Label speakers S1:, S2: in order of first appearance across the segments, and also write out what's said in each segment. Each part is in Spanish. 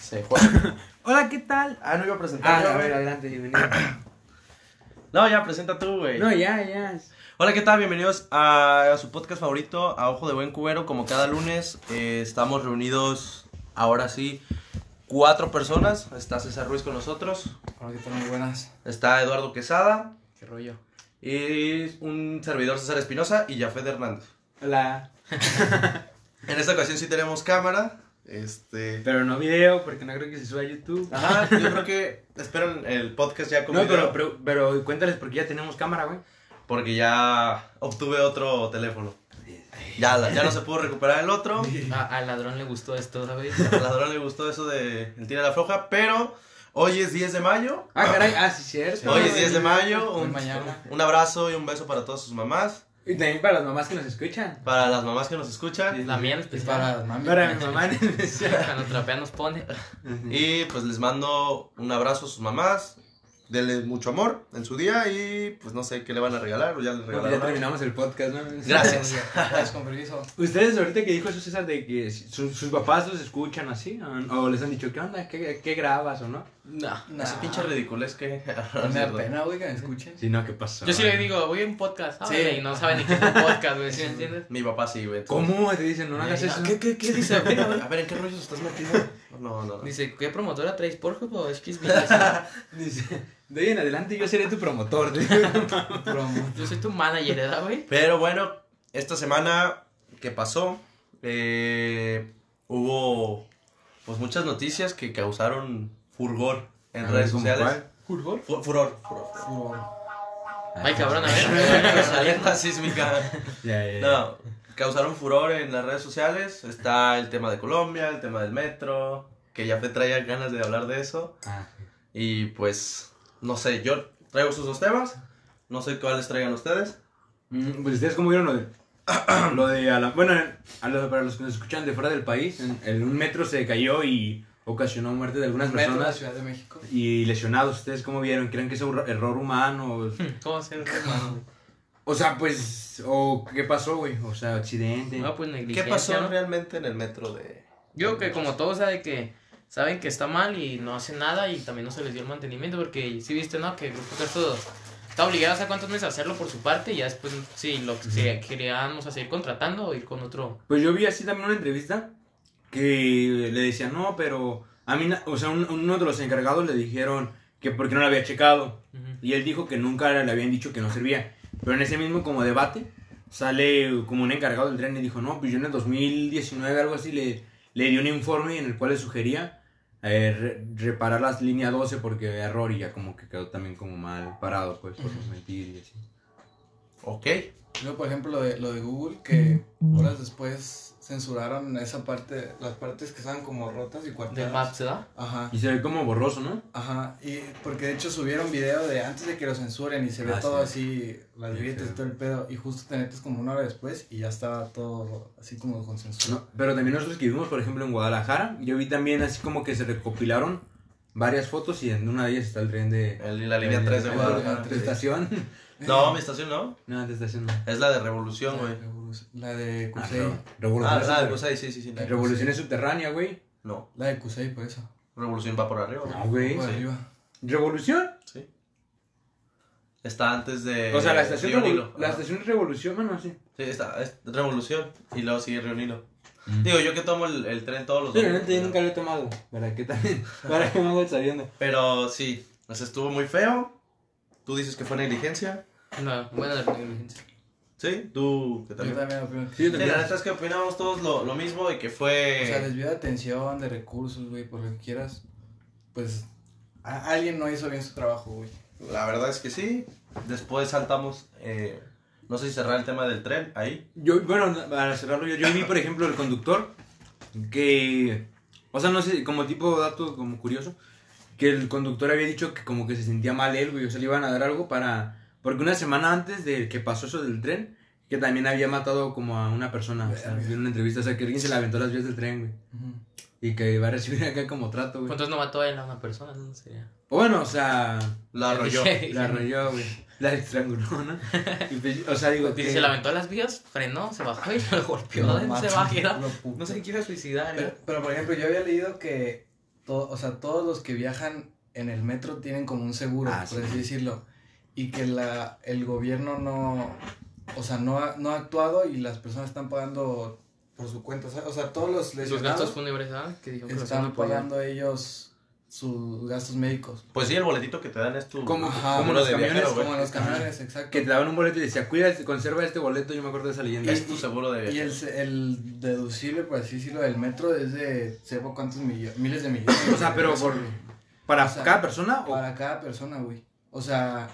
S1: Se fue.
S2: Hola, ¿qué tal?
S3: Ah, no iba a presentar.
S2: Ah,
S3: yo,
S2: a
S3: güey.
S2: ver, adelante, bienvenido.
S1: No, ya, presenta tú, güey.
S2: No, ya, ya.
S1: Hola, ¿qué tal? Bienvenidos a, su podcast favorito, A Ojo de Buen Cubero. Como cada lunes, eh, estamos reunidos, ahora sí, cuatro personas. Está César Ruiz con nosotros,
S3: Hola, ¿qué tal? Muy buenas.
S1: está Eduardo Quesada
S3: Qué rollo.
S1: y un servidor César Espinosa y Jafet Hernández.
S2: Hola.
S1: En esta ocasión sí tenemos cámara. Este...
S2: Pero no video, porque no creo que se suba a YouTube.
S1: Ajá, yo creo que esperan el podcast ya con
S2: No,
S1: video,
S2: pero, pero, pero cuéntales porque ya tenemos cámara, güey.
S1: porque ya obtuve otro teléfono. Ya, la- ya no se pudo recuperar el otro.
S4: A- al ladrón le gustó esto, ¿sabes?
S1: Al ladrón le gustó eso de el tira la floja, pero hoy es 10 de mayo.
S2: Ah, caray, ah, sí, cierto.
S1: Hoy es 10 de mayo.
S4: Hoy
S1: Un,
S4: mañana.
S1: un abrazo y un beso para todas sus mamás,
S2: Y también para las mamás que nos escuchan.
S1: para las mamás que nos escuchan.
S4: La mía en
S3: Es
S4: especial.
S3: para mami.
S2: Para mi mamá en especial.
S4: Cuando trapea nos pone.
S1: Y pues les mando un abrazo a sus mamás. Denle mucho amor en su día y pues no sé qué le van a regalar o ya les
S2: Bueno, pues ya
S1: regalaron. algo.
S2: terminamos el podcast, ¿no?
S1: Gracias.
S3: Gracias, con permiso.
S2: Ustedes ahorita que dijo eso César de que su- sus papás los escuchan así, o, o les han dicho, ¿qué onda? ¿Qué, qué grabas o no?
S1: No,
S3: Nah.
S1: esa pinche ridiculez que.
S3: No me da pena, güey, que me escuchen.
S2: Si no, ¿qué pasó?
S4: Yo sí le digo, voy a un podcast.
S3: Sí.
S4: ábrele", Y no saben ni qué es un podcast, güey. ¿Sí me entiendes?
S1: Mi papá sí, güey.
S2: ¿Cómo? Te dicen, no, no hagas eso.
S4: ¿Qué, qué, qué dice?
S1: A ver, ¿en qué rollos estás metido? No, no, no.
S4: Dice, ¿qué promotora traes Pues, Pornhub o XB?
S2: Dice, de hoy en adelante yo seré tu promotor. dice.
S3: Promo.
S4: Yo soy tu manager, ¿verdad, güey?
S1: Pero bueno, esta semana que pasó, eh, hubo pues muchas noticias que causaron furgor en
S2: A ver,
S1: redes
S2: ¿cómo
S1: sociales.
S2: cuál?
S4: ¿Furgor?
S1: Fu- Furor, furor.
S3: Furor.
S4: Ay, cabrón, a ver.
S1: Alerta sísmica.
S2: Ya, ya, ya.
S1: No, causaron furor en las redes sociales. Está el tema de Colombia, el tema del metro, que ya te traía ganas de hablar de eso.
S2: Ah.
S1: Y pues, no sé, yo traigo sus dos temas. No sé cuáles traigan ustedes.
S2: Mm, Pues ustedes cómo vieron lo de... lo de a la- bueno, a lo- para los que nos escuchan de fuera del país, en- el- un metro se cayó y ocasionó muerte de algunas
S3: Metro de la
S2: personas
S3: Ciudad de México.
S2: y lesionados. ¿Ustedes cómo vieron? ¿Creen que es un ro- error humano?
S4: ¿Cómo ser humano, güey?
S2: O sea, pues, o ¿qué pasó, güey? O sea, accidente.
S4: No, pues
S1: ¿Qué
S4: negligencia.
S1: pasó
S4: ¿no?
S1: realmente en el metro de...
S4: Yo que como todos saben que saben que está mal y no hacen nada y también no se les dio el mantenimiento porque si viste, ¿no? Que el Grupo Carso está obligado hace cuántos meses a hacerlo por su parte y ya después si lo que se queríamos a seguir contratando o ir con otro.
S2: Pues yo vi así también una entrevista que le decían, no, pero a mí, na- o sea, un- uno de los encargados le dijeron que porque no lo había checado.
S4: Ujú.
S2: Y él dijo que nunca le habían dicho que no servía. Pero en ese mismo como debate sale como un encargado del tren y dijo, no, pues yo en el 2019 algo así le, le di un informe en el cual le sugería eh, re- reparar las líneas 12 porque había error y ya como que quedó también como mal parado, pues, por mentir y así.
S1: Ok.
S3: Luego, por ejemplo, lo de, lo de Google, que horas después censuraron esa parte, las partes que estaban como rotas y
S4: Del
S3: cuarteadas.
S4: Maps, ¿verdad?
S3: Ajá.
S2: Y se ve como borroso, ¿no?
S3: Ajá, y porque de hecho subieron video de antes de que lo censuren y se ve
S2: Ah,
S3: todo así, las
S2: Bien
S3: grietas y
S2: feo.
S3: todo el pedo, y justo te metes como una hora después y ya estaba todo así como con censura.
S2: No, pero también nosotros que vivimos, por ejemplo, en Guadalajara, yo vi también así como que se recopilaron varias fotos y en una de ellas está el tren de...
S1: El- la línea
S2: el-
S1: 3 de
S2: el-
S1: Guadalajara.
S2: ¿Tu estación?
S1: No, mi estación no.
S2: No, tu estación no.
S1: Es la de Revolución, güey.
S3: La de
S2: Ah,
S3: Cusey.
S2: Revolución,
S1: Ah, la de
S2: subter-
S1: Cusay, sí, sí, sí. la-
S2: Revolución es subterránea, güey.
S1: No,
S3: La de Cusey, por eso.
S1: Revolución va por arriba. güey.
S2: No, güey.
S3: Por
S1: Sí.
S3: arriba.
S2: ¿Revolución?
S1: Sí. Está antes de.
S2: O sea, la estación,
S1: Río
S2: Revol-
S1: Nilo.
S2: la
S1: Ajá.
S2: estación Revolución, bueno, sí.
S1: Sí, está. Es Revolución. Y luego sigue Río Nilo. Digo, yo que tomo el, el tren todos los
S2: Sí, la
S1: domingos,
S2: neta, yo
S1: ¿no?
S2: nunca lo he tomado. ¿Para qué también? ¿Para qué me hago el sabiendo?
S1: Pero sí, pues estuvo muy feo. Tú dices que fue negligencia.
S4: No, bueno, de negligencia.
S1: Sí, tú que
S3: Yo
S1: también.
S3: también opino.
S2: Sí, yo
S1: Sí,
S2: también.
S1: la neta es que opinamos todos lo, lo mismo y que fue.
S3: O sea, desvío de atención, de recursos, güey, por lo que quieras. Pues a- alguien no hizo bien su trabajo, güey.
S1: La verdad es que sí. Después saltamos, eh, no sé si cerrar el tema del tren ahí.
S2: Yo, bueno, para cerrarlo, yo, yo vi, por ejemplo, el conductor que, o sea, no sé, como tipo dato, como curioso, que el conductor había dicho que como que se sentía mal él, güey, o sea, le iban a dar algo para, porque una semana antes de que pasó eso del tren, que también había matado como a una persona, o sea,
S3: Verga.
S2: vi una entrevista, o sea, que alguien se le aventó las vías del tren, güey, y que iba a recibir acá como trato, güey.
S4: Entonces no mató a él a una persona, no sería.
S2: O bueno, o sea,
S1: La arrolló.
S2: la arrolló, güey, la estranguló, ¿no? Y pues, o sea, digo,
S4: Dice,
S2: que-
S4: se la aventó a las vías, frenó, se bajó y lo golpeó.
S3: Lo
S4: él se
S3: mata,
S4: bajó, era-
S3: lo puto.
S4: No se quiere suicidar,
S3: Pero,
S4: era.
S3: pero, por ejemplo, yo había leído que to- o sea, todos los que viajan en el metro tienen como un seguro,
S2: Ah,
S3: por
S2: sí.
S3: así decirlo, y que la, el gobierno no, o sea, no ha, no ha actuado y las personas están pagando por su cuenta, o sea, o sea, todos los
S4: Los
S3: lesionados
S4: gastos fúnebres, ¿ah? Que dijo que los iban a
S3: están
S4: apoyar.
S3: pagando ellos sus gastos médicos.
S1: Pues sí, el boletito que te dan es tu.
S2: Como-
S3: Ajá,
S1: como
S2: como
S1: lo
S2: los
S1: de
S2: camiones,
S1: viajero, güey.
S3: Como en los camiones, exacto.
S2: Que te daban un boleto y decía, cuida, este- conserva este boleto, yo me acuerdo de esa leyenda.
S1: Es tu seguro de
S3: Y
S1: viaje.
S3: el, se- el deducible, pues por así decirlo, del metro es de, sepa cuántos millones, miles de millones.
S2: O sea, pero por-
S3: güey.
S2: ¿Para
S3: o sea,
S2: cada persona o
S3: Para cada persona, güey. O sea,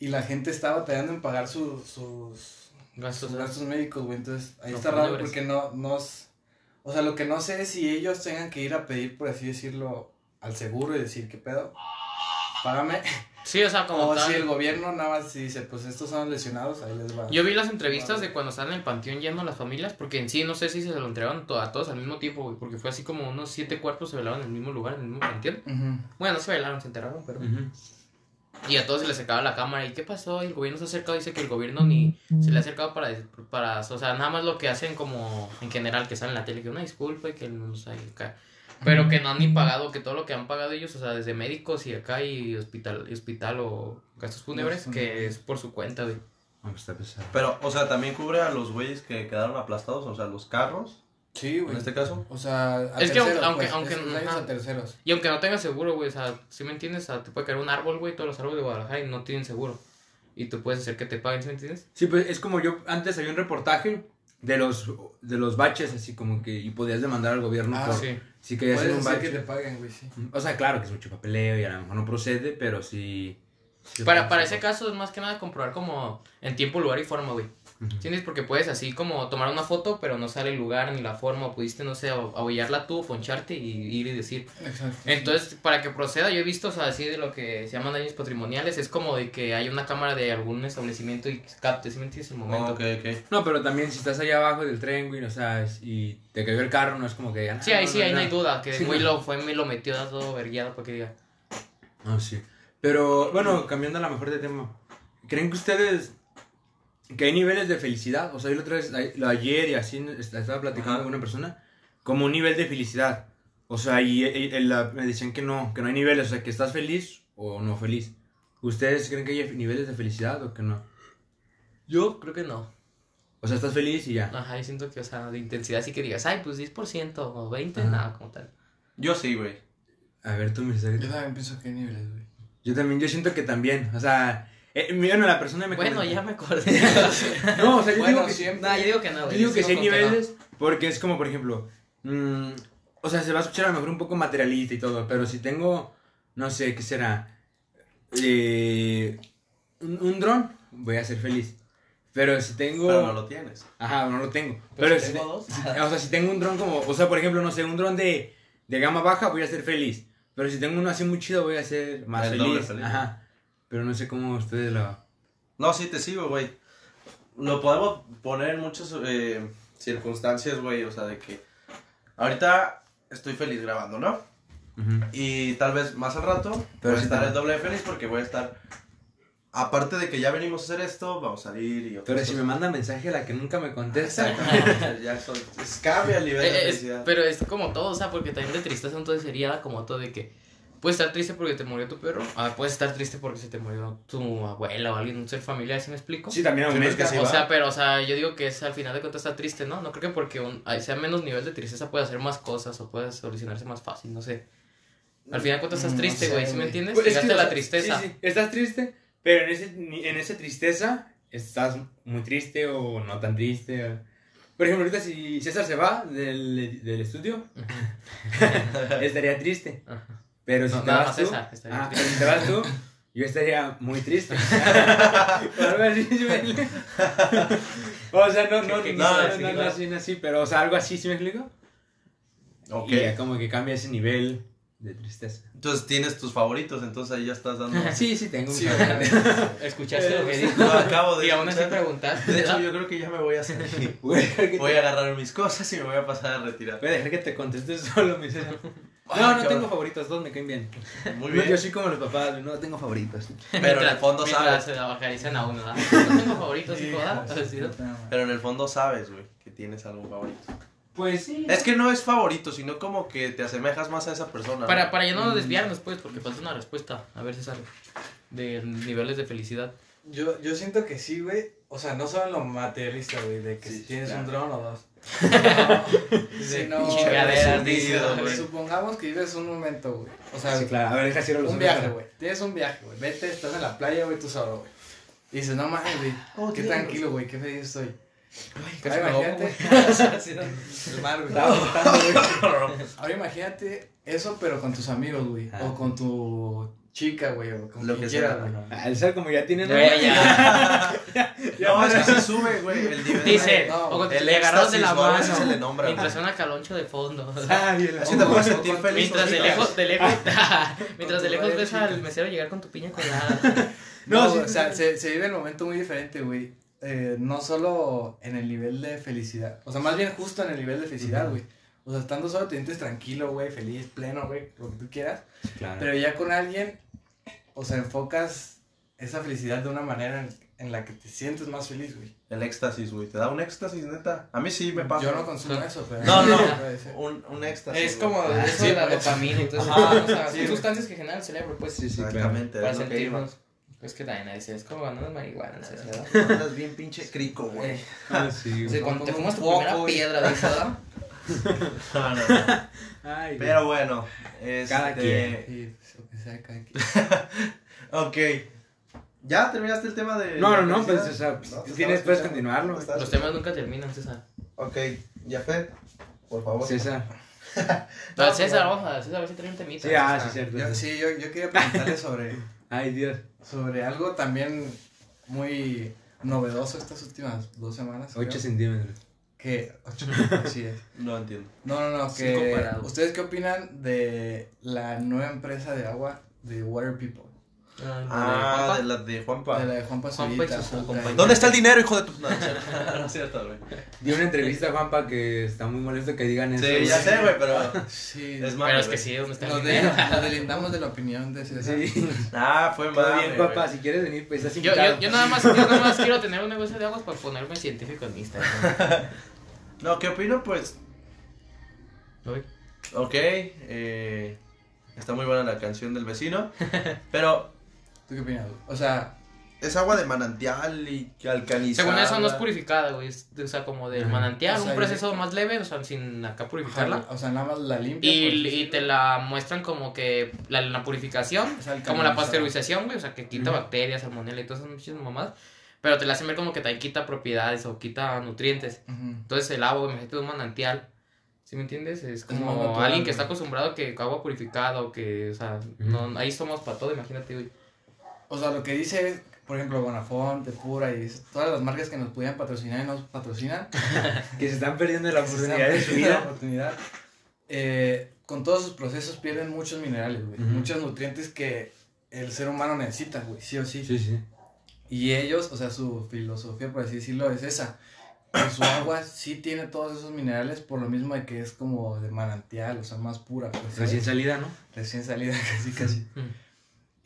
S3: y la gente está batallando en pagar su- sus,
S4: Gastos,
S3: sus
S4: ¿ah?
S3: gastos médicos, güey. Entonces, ahí
S4: Los
S3: está raro
S4: fúnebres.
S3: porque no, no... s- O sea, lo que no sé es si ellos tengan que ir a pedir, por así decirlo, al seguro y decir, ¿qué pedo? Págame.
S4: Sí, o sea, como
S3: O
S4: tal.
S3: si Oh, el gobierno nada más dice, pues estos son lesionados, ahí les va.
S4: Yo vi las entrevistas de cuando estaban en el panteón yendo a las familias, porque en sí no sé si se lo entregaron to- a todos al mismo tiempo, güey, porque fue así como unos siete cuerpos se velaron en el mismo lugar, en el mismo panteón.
S3: Ujú.
S4: Bueno, no se velaron, se enterraron, pero...
S2: Ujú.
S4: Y a todos se les acercaba la cámara, ¿y qué pasó? Y el gobierno se ha acercado, dice que el gobierno ni se le ha acercado para, para... O sea, nada más lo que hacen como en general, que salen en la tele, que una disculpa y que no nos hay acá. Pero que no han ni pagado, que todo lo que han pagado ellos, o sea, desde médicos y acá y hospital, y hospital o gastos fúnebres, que es por su cuenta, güey.
S2: No, pues, está pesado.
S1: Pero, o sea, también cubre a los güeyes que quedaron aplastados, o sea, los carros,
S3: Sí, güey.
S1: en este caso.
S3: O sea, a
S4: Es que
S3: terceros,
S4: aunque-
S3: pues,
S4: aunque-
S3: esos daños
S4: ajá.
S3: a terceros.
S4: Y aunque no tengas seguro, güey, o sea, si me entiendes, o sea, te puede caer un árbol, güey, todos los árboles de Guadalajara y no tienen seguro. Y tú puedes hacer que te paguen, ¿sí me entiendes?
S2: Sí, pues es como yo, antes había un reportaje de los, de los baches, así como que, y podías demandar al gobierno
S3: Ah,
S2: por
S4: sí.
S2: si querías hacer
S3: Puedes
S2: un
S3: hacer que
S2: bache.
S3: te paguen, güey, sí.
S2: O sea, claro que es mucho papeleo y a lo mejor no procede, pero sí. sí
S4: Para,
S2: puede
S4: para ese
S2: ser.
S4: caso es más que nada comprobar como en tiempo, lugar y forma, güey.
S2: Ujú.
S4: ¿Entiendes? Porque puedes así como tomar una foto, pero no sale el lugar ni la forma, o pudiste, no sé, o- abollarla tú, o foncharte y ir y decir.
S3: Exacto.
S4: Entonces, para que proceda, yo he visto, o sea, así de lo que se llaman daños patrimoniales, es como de que hay una cámara de algún establecimiento y capte, ¿sí me entiendes? El momento.
S1: ok, ok.
S2: No, pero también si estás allá abajo del tren, güey, o sea, es- y te cayó el carro, no es como que digan.
S4: Sí,
S2: "Ah,
S4: ahí sí, ahí no hay
S2: nada".
S4: duda, que el güey lo fue, me lo metió a todo verguiado para que diga.
S2: Ah, sí. Pero, bueno, cambiando a lo mejor de tema. ¿Creen que ustedes que hay niveles de felicidad? O sea, yo la otra vez, a- lo ayer y así est- estaba platicando
S1: Ajá.
S2: con una persona, como un nivel de felicidad. O sea, y, y- y la- me decían que no, que no hay niveles, o sea, que estás feliz o no feliz. ¿Ustedes creen que hay niveles de felicidad o que no?
S4: Yo creo que no.
S2: O sea, estás feliz y ya.
S4: Ajá, yo siento que, o sea, de intensidad sí que digas, ay, pues 10% o 20%,
S2: Ajá.
S4: nada, como tal.
S1: Yo sí, güey.
S2: A ver, tú me estás-
S3: Yo también pienso que hay niveles, güey.
S2: Yo también, yo siento que también. O sea, eh, bueno, la persona me
S4: Bueno,
S2: comentó-
S4: ya me acordé.
S2: No, o sea, yo
S3: Bueno,
S2: digo que
S3: siempre.
S4: no, yo digo que no,
S2: Yo
S4: güey.
S2: digo que
S4: sigo
S2: sí hay
S4: con no.
S2: niveles, porque es como, por ejemplo, mm, o sea, se va a escuchar a lo mejor un poco materialista y todo, pero si tengo, no sé, ¿qué será? Eh, un, un dron, voy a ser feliz. Pero si tengo...
S1: Pero no lo tienes.
S2: Ajá, no lo tengo.
S3: Pero
S2: Pero,
S3: si
S2: si
S3: tengo
S2: te-
S3: dos.
S2: si- o sea, si tengo un dron como, o sea, por ejemplo, no sé, un dron de, de gama baja, voy a ser feliz. Pero si tengo uno así muy chido, voy a ser más
S1: El doble
S2: feliz.
S1: feliz.
S2: Ajá. Pero no sé cómo ustedes lo...
S1: No, sí, te sigo, güey. Lo podemos poner en muchas eh, circunstancias, güey. O sea, de que ahorita estoy feliz grabando, ¿no?
S2: Ujú.
S1: Y tal vez más al rato
S2: Pero
S1: voy a
S2: sí
S1: estar
S2: te-
S1: el doble de feliz porque voy a estar... Aparte de que ya venimos a hacer esto, vamos a salir y... otras
S2: Pero si me
S1: cosas.
S2: manda mensaje la que nunca me contesta.
S1: Exacto. ya soy... es- Cambia el nivel de
S4: Eh, es-
S1: felicidad.
S4: pero es como todo, o sea, porque también de tristeza entonces sería como todo de que puedes estar triste porque te murió tu perro, ah, puedes estar triste porque se te murió tu abuela o alguien, un ser familiar, ¿sí me explico?
S2: Sí, también
S1: Sí,
S2: aumenta.
S1: es que sí.
S4: o
S1: va.
S4: sea, pero, o sea, yo digo que es al final de cuentas está triste, ¿no? No creo que porque un- ay, sea menos nivel de tristeza puede hacer más cosas o puede solucionarse más fácil, no sé. Al final de cuentas estás
S3: Mm, No
S4: triste,
S3: sé,
S4: güey, ¿sí me
S3: güey.
S4: entiendes?
S2: Pues es que,
S4: Llegaste a
S2: o
S4: la
S2: sea,
S4: tristeza.
S2: sí, sí, estás triste, pero en, ese, ni- en esa tristeza estás muy triste o no tan triste. o- Por ejemplo, ahorita si César se va del, del estudio, estaría triste.
S4: Ajá.
S2: Pero si
S4: No,
S2: te
S4: nada
S2: vas
S4: más
S2: tú,
S4: César estaría
S2: ah,
S4: triste.
S2: si te vas tú, yo estaría muy triste. Algo así, sí me- o sea, no, no, no,
S4: ¿Qué- qué
S2: no,
S4: quisieras
S2: no,
S4: decir?
S2: no así, no así, pero o sea, algo así, ¿sí me explico?
S1: Ok.
S2: Y ya como que cambia ese nivel de tristeza.
S1: Entonces tienes tus favoritos, entonces ahí ya estás dando...
S2: Sí, sí, tengo.
S3: Sí,
S2: un- Eh,
S3: güey.
S4: Escuchaste lo que
S1: Lo
S4: dijo.
S1: eh, acabo de
S4: Y aún así
S1: escuchar.
S4: preguntaste.
S1: De hecho,
S4: ¿verdad?
S1: yo creo que ya me voy a salir.
S2: Voy a dejar que
S1: Voy
S2: te-
S1: a agarrar mis cosas y me voy a pasar a retirar.
S2: voy a dejar que te contestes solo, mi César.
S1: Ay,
S2: No, no
S1: cabrón.
S2: tengo favoritos, dos me caen bien.
S1: Muy bien.
S2: Yo soy como los papás, no tengo favoritos.
S1: Pero en el fondo
S4: mientras
S1: sabes.
S4: se acarician a uno, ¿verdad? No tengo favoritos, hijo, ¿verdad? Así, ¿no?
S1: Pero en el fondo sabes, güey, que tienes algún favorito.
S2: Pues sí.
S1: Es que no es favorito, sino como que te asemejas más a esa persona. ¿no?
S4: Para, para ya no desviarnos, pues, porque falta una respuesta. A ver si sale. De niveles de felicidad.
S3: Yo, yo siento que sí, güey. O sea, no solo en lo materialista, güey, de que
S1: Sí,
S3: si tienes
S2: claro.
S3: un dron o dos. No, sino,
S4: chingaderas,
S1: dice, güey.
S3: supongamos que vives un momento, güey. O sea,
S2: Ah, Sí, claro. A ver, deja cierro los
S3: un
S2: ojos.
S3: viaje, güey. Tienes un viaje, güey. Vete, estás en la playa, güey, tú solo, güey. Y dices, no mames, güey. qué tranquilo, güey, qué feliz estoy.
S4: Oh, casi
S3: Ahora
S4: me ahogo,
S3: imagínate. El mar, güey.
S2: Estaba contando, güey.
S3: Ahora imagínate eso, pero con tus amigos, güey.
S2: Ah.
S3: O con tu chica, güey. O con
S1: Lo
S3: quien
S1: que
S3: quieras,
S1: sea,
S3: güey.
S2: Al ser como ya tienen.
S4: Ya, ya.
S1: No, es que se sube, güey. El nivel.
S4: Dice,
S3: No,
S4: o con
S1: el
S4: le agarraron de
S1: éxtasis,
S4: la
S1: o algo así se le
S4: mano.
S1: nombra,
S4: Mientras una caloncho de fondo.
S2: Ah, bien.
S1: Así te puedes
S3: O
S1: sentir
S3: con-
S1: feliz.
S4: Mientras de
S1: ahorita.
S4: lejos, de lejos, mientras de
S3: tu
S4: lejos
S3: varias
S4: ves al
S3: chicas.
S4: mesero llegar con tu piña colada.
S3: No,
S2: No, sí,
S3: o sea, se, se vive el momento muy diferente, güey. Eh, no solo en el nivel de felicidad. O sea, más bien justo en el nivel de felicidad, güey. O sea, estando solo te sientes tranquilo, güey, feliz, pleno, güey, lo que tú quieras.
S1: Ah.
S2: Claro.
S3: Pero ya con alguien, o sea, enfocas esa felicidad de una manera en, en la que te sientes más feliz, güey.
S1: El éxtasis, güey. ¿Te da un éxtasis, neta? A mí sí me pasa.
S3: Yo no consumo eso, pero...
S1: Ah. No, no.
S3: Puede ser.
S1: Un, un éxtasis.
S4: Es
S1: güey.
S4: como
S3: Ah,
S4: eso
S3: sí,
S4: de la
S3: pues.
S4: dopamina y todo eso.
S1: Ajá.
S4: O sea, son
S3: Sí, güey.
S4: sustancias que genera el cerebro, pues,
S2: Sí, sí, claro.
S1: Exactamente.
S4: para
S1: es lo que iba.
S4: sentirnos. Pues que también es, es como andar de marihuana, ¿sabes?
S1: Andas bien pinche crico, güey.
S4: Eh,
S2: Ah, sí,
S4: o
S2: güey.
S4: sea, cuando te
S3: Como un
S4: fumas tu
S3: poco,
S4: primera
S3: güey.
S4: piedra, dices, ¿verdad?
S1: No, no, no.
S2: Ay, güey.
S1: Pero bueno. Este...
S2: Cada quien.
S3: Sí, pues, lo que sea, cada quien.
S1: Ok. ¿Ya terminaste el tema de.?
S2: No,
S1: la
S2: no, no, pues, o
S1: felicidad?
S2: sea,
S1: No, te
S2: tienes,
S1: estaba
S2: puedes
S1: escuchando.
S2: continuarlo.
S1: Estás-
S4: Los temas nunca terminan, César.
S1: Ok, Jafet, por favor.
S2: César.
S4: No,
S3: No,
S4: César,
S3: no.
S4: ojalá, César, a ver si trae un temita.
S2: Sí, ah,
S4: César.
S2: sí, cierto.
S3: Yo, sí, yo, yo quería preguntarle sobre,
S2: Ay, Dios.
S3: sobre algo también muy novedoso estas últimas dos semanas. creo.
S2: 8 centímetros.
S3: Que, ocho, así es.
S1: No entiendo.
S3: No, no, no,
S4: Cinco
S3: que
S4: parados.
S3: ¿ustedes qué opinan de la nueva empresa de agua de Water People?
S1: Ah,
S4: Ah,
S1: de la de Juanpa.
S3: De la de Juan
S4: Juanpa y
S3: Pazurita.
S4: sus compañeros.
S1: ¿Dónde está el dinero, hijo de tu.? No, no es cierto. No es cierto, güey.
S2: Dio una entrevista a Juanpa que está muy molesto que digan eso.
S1: Sí, ya sé, güey, pero.
S3: Sí,
S1: Es
S4: Pero
S1: malo.
S4: es que sí, ¿dónde está el
S3: nos, de-
S4: dinero?
S3: nos delindamos de la opinión de César.
S2: Sí.
S1: Ah, fue
S2: Todo
S1: mal.
S2: bien, papá, si quieres venir, pues estás
S4: Yo,
S2: invitado.
S4: yo, yo nada más, yo nada más quiero tener un negocio de aguas para ponerme científico en Instagram.
S1: No, ¿qué opino? Pues.
S4: Uy.
S1: Ok, eh, está muy buena la canción del vecino. Pero
S3: ¿Tú qué opinas? O sea,
S1: es agua de manantial y alcanizada.
S4: Según eso no es purificada, güey. es de- o sea, como del
S2: Ajá.
S4: manantial,
S3: O sea,
S4: un proceso más leve, o sea, sin acá purificarla.
S3: o sea, nada más la limpia.
S4: Y, y te la muestran como que la, la purificación,
S3: Es alcalinizada.
S4: como la pasteurización, güey. O sea, que quita
S2: Ujú.
S4: bacterias, salmonella y todas esas muchas mamadas. Pero te la hacen ver como que también quita propiedades o quita nutrientes. Entonces el agua, imagínate un manantial. ¿Sí me entiendes? Es como
S3: más natural,
S4: alguien que
S3: güey.
S4: está acostumbrado que agua purificada o que, o sea, no, ahí somos para todo, imagínate, güey.
S3: O sea, lo que dice, por ejemplo, Bonafont, Pura y es- todas las marcas que nos pudieran patrocinar y nos patrocinan.
S2: Que se están perdiendo la
S3: que se
S2: oportunidad de
S3: están
S2: su
S3: perdiendo la
S2: vida.
S3: oportunidad, eh, con todos sus procesos pierden muchos minerales, güey.
S2: Ujú.
S3: Muchos nutrientes que el ser humano necesita, güey, sí o sí.
S2: Sí, sí.
S3: Y ellos, o sea, su filosofía, por así decirlo, es esa. que su agua sí tiene todos esos minerales, por lo mismo de que es como de manantial, o sea, más pura. pues, ¿sabes?
S2: Recién salida, ¿no?
S3: Recién salida, casi, casi.
S4: Mm.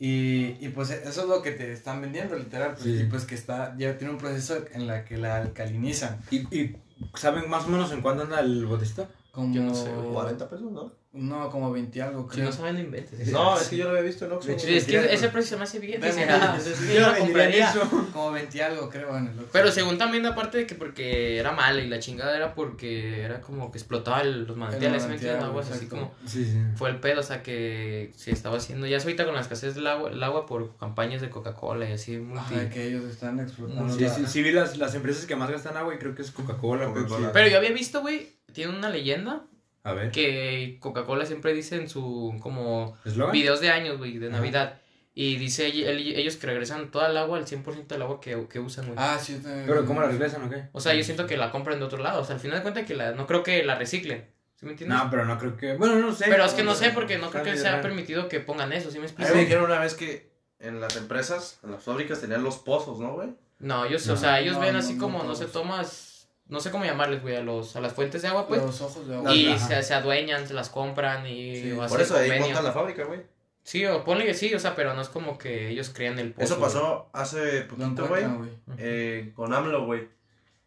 S3: Y, y pues eso es lo que te están vendiendo, literal. pues,
S2: Sí.
S3: Y pues que está, ya tiene un proceso en la que la alcalinizan.
S2: ¿Y, y saben más o menos en cuánto anda el botecito?
S3: Como,
S4: Yo no sé, güey.
S1: 40 pesos, ¿no?
S3: No, como 20 algo,
S4: Si
S3: creo.
S4: no saben, no inventes.
S1: No, es que yo lo había visto en Oxxo.
S2: De hecho,
S1: güey.
S4: Es que ese precio se me hace bien.
S3: Vemos,
S4: dice,
S3: vemos.
S4: ah, pues, es que yo lo compraría.
S3: Como 20 algo, creo, en el Oxxo.
S4: Pero según también, aparte de que porque era mala y la chingada era porque era como que explotaba el- los manantiales, ¿sí ¿me entiendes?
S3: manantial,
S4: Aguas así
S3: exacto.
S4: como.
S2: Sí, sí.
S4: Fue el pedo, o sea que se estaba haciendo. Ya es ahorita con la escasez del agua, el agua por campañas de Coca-Cola y así. multi-
S3: Ajá, que ellos están explotando.
S2: Sí,
S3: la-
S2: sí, sí vi las, las empresas que más gastan agua y creo que es Coca-Cola, Pepsi.
S1: Coca-Cola.
S4: Pero yo había visto, güey, tiene una leyenda
S2: A ver,
S4: que Coca-Cola siempre dice en su. como.
S2: ¿eslogan?
S4: videos de años, güey, de
S2: Ajá.
S4: Navidad. Y dice ell- el- ellos que regresan toda el agua, el 100% del agua que, que usan, güey.
S3: Ah, sí, yo también.
S2: ¿Pero cómo la regresan o qué?
S4: O sea, yo siento que la compran de otro lado. O sea, al final de cuentas que la, no creo que la reciclen. ¿Sí me entiendes?
S2: No, pero no creo que... Bueno, no sé.
S4: pero es que no sé porque no creo que
S2: Está
S4: sea
S2: medio raro.
S4: permitido que pongan eso, ¿sí
S1: A mí
S4: me explico?
S1: me dijeron una vez que en las empresas, en las fábricas, tenían los pozos, ¿no, güey?
S4: No, ellos,
S2: No.
S4: o sea, ellos
S3: No,
S4: ven
S3: no,
S4: así
S3: no
S4: como, no
S3: todos.
S4: se tomas, no sé cómo llamarles, güey, a, los, a las fuentes de agua, pues.
S3: Los ojos de agua.
S2: Las-
S4: y
S2: ajá.
S4: se, se adueñan, se las compran y
S3: Sí,
S4: o
S3: por
S1: Por
S4: hacen
S1: eso ahí
S4: convenio.
S1: montan la fábrica, güey.
S4: Sí, o ponle que sí, o sea, pero no es como que ellos crean el pozo.
S1: Eso pasó eh, hace
S3: Lo
S1: poquito, güey.
S3: encuentran, güey.
S4: güey.
S1: eh, con AMLO, güey.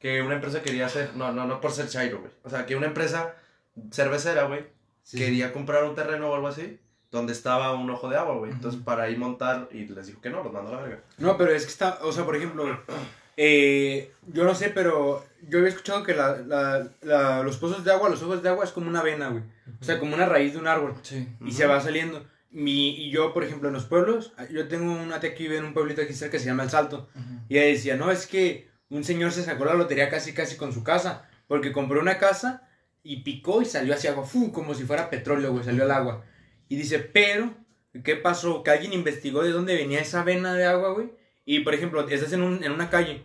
S1: que una empresa quería hacer, no, no, no por ser chairo, güey. O sea, que una empresa cervecera, güey,
S2: Sí.
S1: quería comprar un terreno o algo así, donde estaba un ojo de agua, güey. Entonces, para ahí montar, y les dijo que no, los mandó a la verga.
S2: No, pero es que está, o sea, por ejemplo, eh, yo no sé, pero yo había escuchado que la, la, la- los pozos de agua, los ojos de agua es como una vena, güey. O sea, como una raíz de un árbol.
S3: Sí.
S2: Y se va saliendo. Mi, y yo, por ejemplo, en los pueblos, yo tengo una tía que vive en un pueblito aquí cerca que se llama El Salto. Y ella decía, no, es que un señor se sacó la lotería casi casi con su casa, porque compró una casa y picó y salió hacia agua, ¡fu! como si fuera petróleo, güey, salió al agua. Y dice, pero, ¿qué pasó? Que alguien investigó de dónde venía esa vena de agua, güey. Y, por ejemplo, estás en, un- en una calle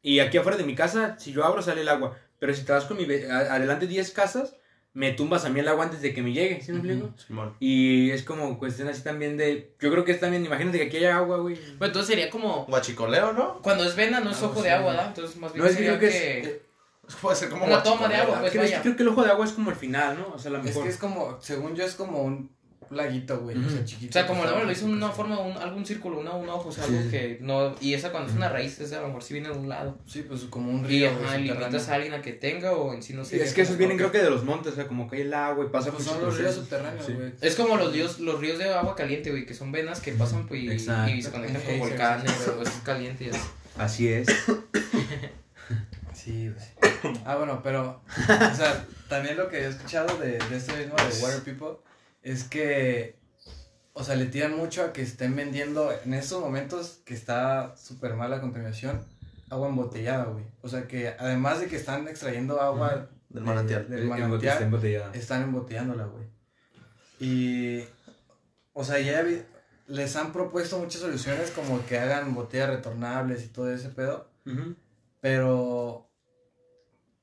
S2: y aquí afuera de mi casa, si yo abro, sale el agua. Pero si te vas con mi, ve- a- adelante 10 casas, me tumbas a mí el agua antes de que me llegue, ¿sí me
S4: Ujú.
S2: explico?
S1: Simón.
S2: Y es como cuestión así también de, yo creo que es también, imagínate que aquí haya agua, güey.
S4: Pero entonces sería como.
S1: Guachicoleo, ¿no?
S4: Cuando es vena, no es
S2: Algo
S4: ojo de
S2: así.
S4: agua, ¿verdad? Entonces más bien.
S2: No, es que
S4: sería
S2: creo que es-
S1: Puede ser como
S4: Una toma de
S1: guachicoleo.
S4: agua. pues,
S2: Creo- es Ah, que
S4: vaya.
S2: creo que el ojo de agua es como el final, ¿no? O sea, a lo
S3: Es
S2: mejor.
S3: que es como, según yo, es como un laguito, güey. O sea,
S2: Ujú.
S3: chiquito.
S4: O sea, como
S3: que
S4: el
S3: está-
S4: hombre lo hizo en una forma, un, algún círculo, una, un ojo, o sea, algo
S2: Sí, sí.
S4: que no. Y esa cuando es una raíz, esa a lo mejor sí viene de un lado.
S3: Sí, pues como un
S4: Y
S3: río. güey,
S4: ajá,
S3: subterráneo.
S4: limitas a alguien a que tenga o en sí no sé.
S2: es que esos vienen creo que de los montes, o sea, como cae el agua y pasa
S3: Pues
S2: muchos
S3: son los ríos
S2: procesos.
S3: subterráneos,
S2: Sí.
S3: güey.
S4: Es como los ríos, los ríos de agua caliente, güey, que son venas que pasan pues, y,
S2: Exacto.
S4: y se conectan con
S3: Sí, sí,
S4: volcanes,
S3: sí.
S4: o es caliente y así.
S2: Así es.
S3: Sí, güey. Ah, bueno, pero, o sea, también lo que he escuchado de, de este mismo de Water People es que, o sea, le tiran mucho a que estén vendiendo en estos momentos que está súper mal la contaminación, agua embotellada, güey. O sea, que además de que están extrayendo agua
S1: Del
S3: de-
S1: manantial.
S3: del manantial,
S2: embotellada.
S3: están embotellándola, güey. Y, o sea, ya vi- les han propuesto muchas soluciones como que hagan botellas retornables y todo ese pedo pero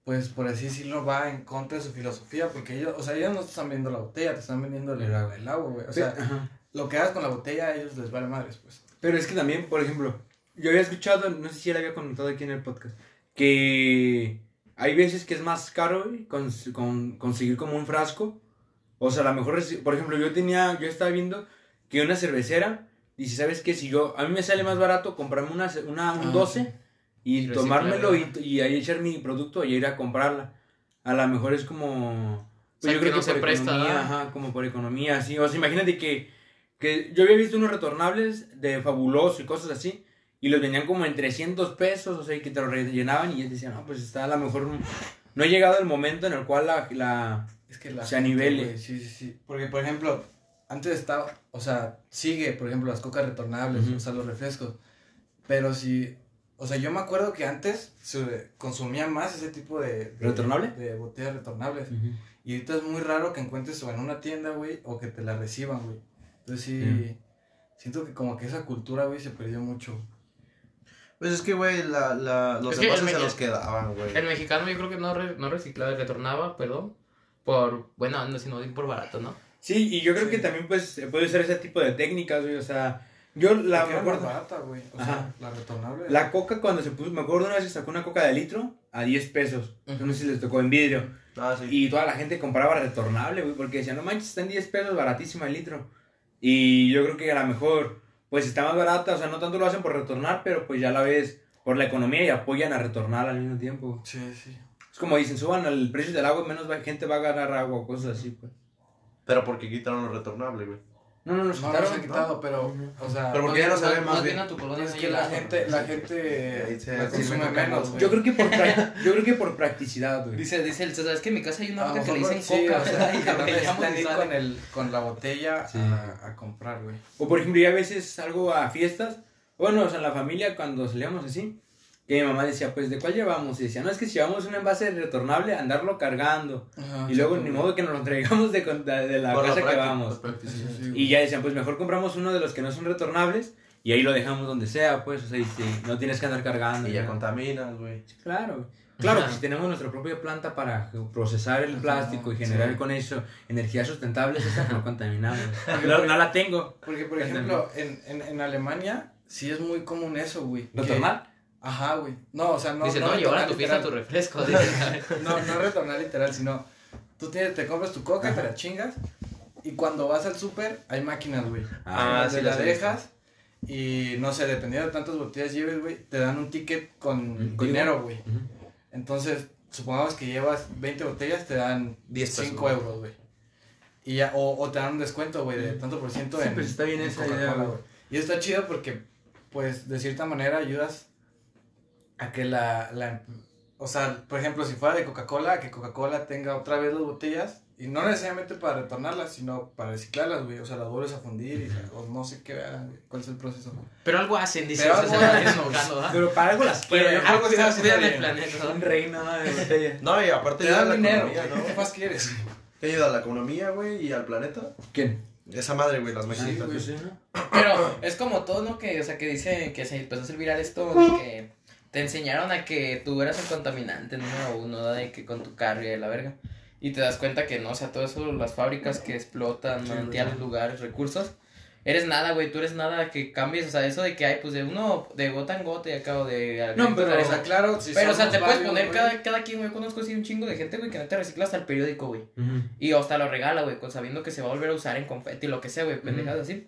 S3: pues por así decirlo va en contra de su filosofía porque ellos, o sea, ellos no te están vendiendo la botella, te están vendiendo el,
S2: El agua.
S3: el agua, güey. O sea, lo que hagas con la botella a ellos les vale madres, pues.
S2: Pero es que también, por ejemplo, yo había escuchado, no sé si ya lo había comentado aquí en el podcast, que hay veces que es más caro güey, cons- con- conseguir como un frasco. O sea, a lo mejor, reci- por ejemplo, yo tenía, yo estaba viendo que una cervecera dice, ¿sabes qué? Si yo, a mí me sale más barato comprarme una, ce- una, un
S3: Ah,
S2: 12 y
S4: Reciclarla.
S2: tomármelo y, y ahí echar mi producto y ir a comprarla. A lo mejor es como... pues,
S4: sea, que no se
S2: por
S4: presta,
S2: economía,
S4: ¿verdad?
S2: ajá, como por economía, sí. O sea, imagínate que, que yo había visto unos retornables de Fabuloso y cosas así, y los vendían como en 300 pesos, o sea, y que te los rellenaban y ellos decían, no, pues está a lo mejor... un- No ha llegado el momento en el cual la... la
S3: Es que la
S2: O sea,
S3: gente,
S2: niveles.
S3: güey, Sí, sí, sí. Porque, por ejemplo, antes estaba, o sea, sigue, por ejemplo, las cocas retornables,
S2: Ujú.
S3: o sea, los refrescos. Pero si, o sea, yo me acuerdo que antes se consumía más ese tipo de... de-
S2: ¿Retornable?
S3: De botellas retornables. Y ahorita es muy raro que encuentres o en una tienda, güey, o que te la reciban, güey. Entonces sí,
S2: Sí.
S3: siento que como que esa cultura, güey, se perdió mucho.
S1: Pues es que, güey, la, la, los
S4: Es que el
S1: envases se
S4: media-
S1: los quedaban, güey.
S4: El mexicano yo creo que no, re- no reciclaba, retornaba, perdón, por buena onda, sino por barato, ¿no?
S2: Sí, y yo creo
S3: Sí.
S2: que también pues se puede usar ese tipo de técnicas, güey, o sea, yo la... me
S3: Porque era más
S2: acuerdo-
S3: barata, güey. O
S2: Ajá.
S3: sea, la retornable.
S2: La coca cuando se puso, me acuerdo una vez que sacó una coca de litro a 10 pesos. No sé si les tocó en vidrio.
S1: Ah, sí.
S2: Y toda la gente compraba retornable, güey, porque decían, no manches, está en 10 pesos baratísima el litro. Y yo creo que a lo mejor, pues está más barata, o sea, no tanto lo hacen por retornar, pero pues ya la ves por la economía y apoyan a retornar al mismo tiempo.
S3: Sí, sí.
S2: Es como dicen, suban el precio del agua, menos va- gente va a ganar agua o cosas así, pues.
S1: Pero porque quitaron lo retornable, güey.
S2: No, no, nos
S3: No
S2: quitaron,
S3: los han quitado, pero, o sea,
S1: Pero porque ya no se ve más
S4: bien
S1: bien.
S4: a tu colonia.
S3: Pues es
S4: no
S3: que la
S4: llegaba.
S3: gente, la gente
S1: Ahí se-
S3: la
S1: sí, me
S3: consume
S1: toca
S3: menos,
S1: más.
S3: güey.
S2: Yo creo que por, prac- yo creo que por practicidad, güey.
S4: Dice, dice el César, es que en mi casa hay una
S3: A lo
S4: marca que le
S3: mejor
S4: dicen
S3: sí,
S4: coca,
S3: o sea,
S4: ¿verdad? Y
S3: que
S4: la
S3: no
S4: rellenamos
S3: necesitan
S4: y
S3: ir
S4: sale.
S3: con, el, con la botella
S2: Sí.
S3: a, a comprar, güey.
S2: O por ejemplo, yo a veces salgo a fiestas, bueno, o sea, en la familia cuando salíamos así, que mi mamá decía, pues, ¿de cuál llevamos? Y decía, no, es que si llevamos un envase retornable, andarlo cargando. Y luego ni modo que nos lo traigamos de, con- de- de la
S1: Por
S2: casa que
S1: práctica,
S2: vamos.
S1: por práctica, sí.
S2: Y ya decían, pues mejor compramos uno de los que no son retornables y ahí lo dejamos donde sea, pues, o sea, y sí, no tienes que andar cargando.
S1: Y ya
S2: ¿no?
S1: contaminas, güey.
S2: Sí, Claro. Claro, pues, si tenemos nuestra propia planta para procesar el plástico y generar
S3: sí.
S2: con eso energías sustentables, esa no contaminamos. No, no la tengo.
S3: Porque, por ejemplo, en, en, en Alemania sí es muy común eso, güey. que-
S2: ¿Retornar?
S3: Ajá, güey. No, o sea, no.
S4: Dice, no, llevar a
S3: retornar
S4: tu fiesta tu
S3: literal.
S4: refresco. dice.
S3: No, no retornar literal, sino tú tienes, te compras tu coca, te la chingas. Y cuando vas al súper, hay máquinas, güey.
S1: Ah,
S3: donde
S1: sí,
S3: la
S1: las he
S3: dejas. Y no sé, dependiendo de tantas botellas lleves, güey, te dan un ticket con
S2: Mm,
S3: dinero, güey. Entonces, supongamos que llevas 20 botellas, te dan
S1: 10 pesos,
S3: 5
S1: güey.
S3: euros, güey. Y ya, o, o te dan un descuento, güey, de tanto por ciento
S2: Sí,
S3: en.
S2: pues está bien
S3: en
S2: esa
S3: Coca-Cola,
S2: idea, güey.
S3: güey. Y está chido porque, pues, de cierta manera ayudas a que la. la o sea, por ejemplo, si fuera de Coca-Cola, que Coca-Cola tenga otra vez las botellas. Y no necesariamente para retornarlas, sino para reciclarlas, güey. O sea, las vuelves a fundir y la- o no sé qué hagan, güey. ¿Cuál es el proceso?
S5: Pero algo hacen, dice.
S3: Pero
S5: o sea, se
S3: algo
S5: van
S3: hacen.
S5: enojando, ¿verdad?
S2: Ah. Pero para algo las
S3: Pero
S2: quiero.
S3: yo- algo
S5: Algo se
S3: estás
S5: cuidan
S3: haciendo
S5: el
S3: bien.
S5: planeta.
S2: Un
S5: ¿no?
S2: reino ¿no? de botella.
S1: No, y aparte
S3: Te
S1: ayuda a
S3: dan
S1: la
S3: dinero,
S1: economía,
S3: güey. ¿Qué
S1: ¿no?
S3: más quieres?
S1: Te ayuda a la economía, güey, y al planeta.
S2: ¿Quién? Ah,
S1: Esa madre, güey, las
S2: Pues Sí,
S1: mexicanitas.
S2: güey.
S4: Pero es como todo, ¿no? Que, o sea, que dicen que se empezó a hacer viral esto de que te enseñaron a que tú eras el contaminante número uno, ¿no? De que con tu carro y de la verga. Y te das cuenta que no, o sea, todo eso, las fábricas que explotan, manantiales, lugares, recursos. Eres nada, güey, tú eres nada que cambies, o sea, eso de que hay, pues, de uno, de gota en gota y acabo de...
S2: No, pero-
S3: O sea, claro, si
S4: Pero, o sea,
S3: somos
S4: te puedes
S3: varios,
S4: poner
S3: güey.
S4: cada, cada quien, güey, conozco así un chingo de gente, güey, que no te recicla hasta el periódico, güey. Y hasta lo regala, güey, con- sabiendo que se va a volver a usar en confeti, lo que sea, güey, pendejadas así.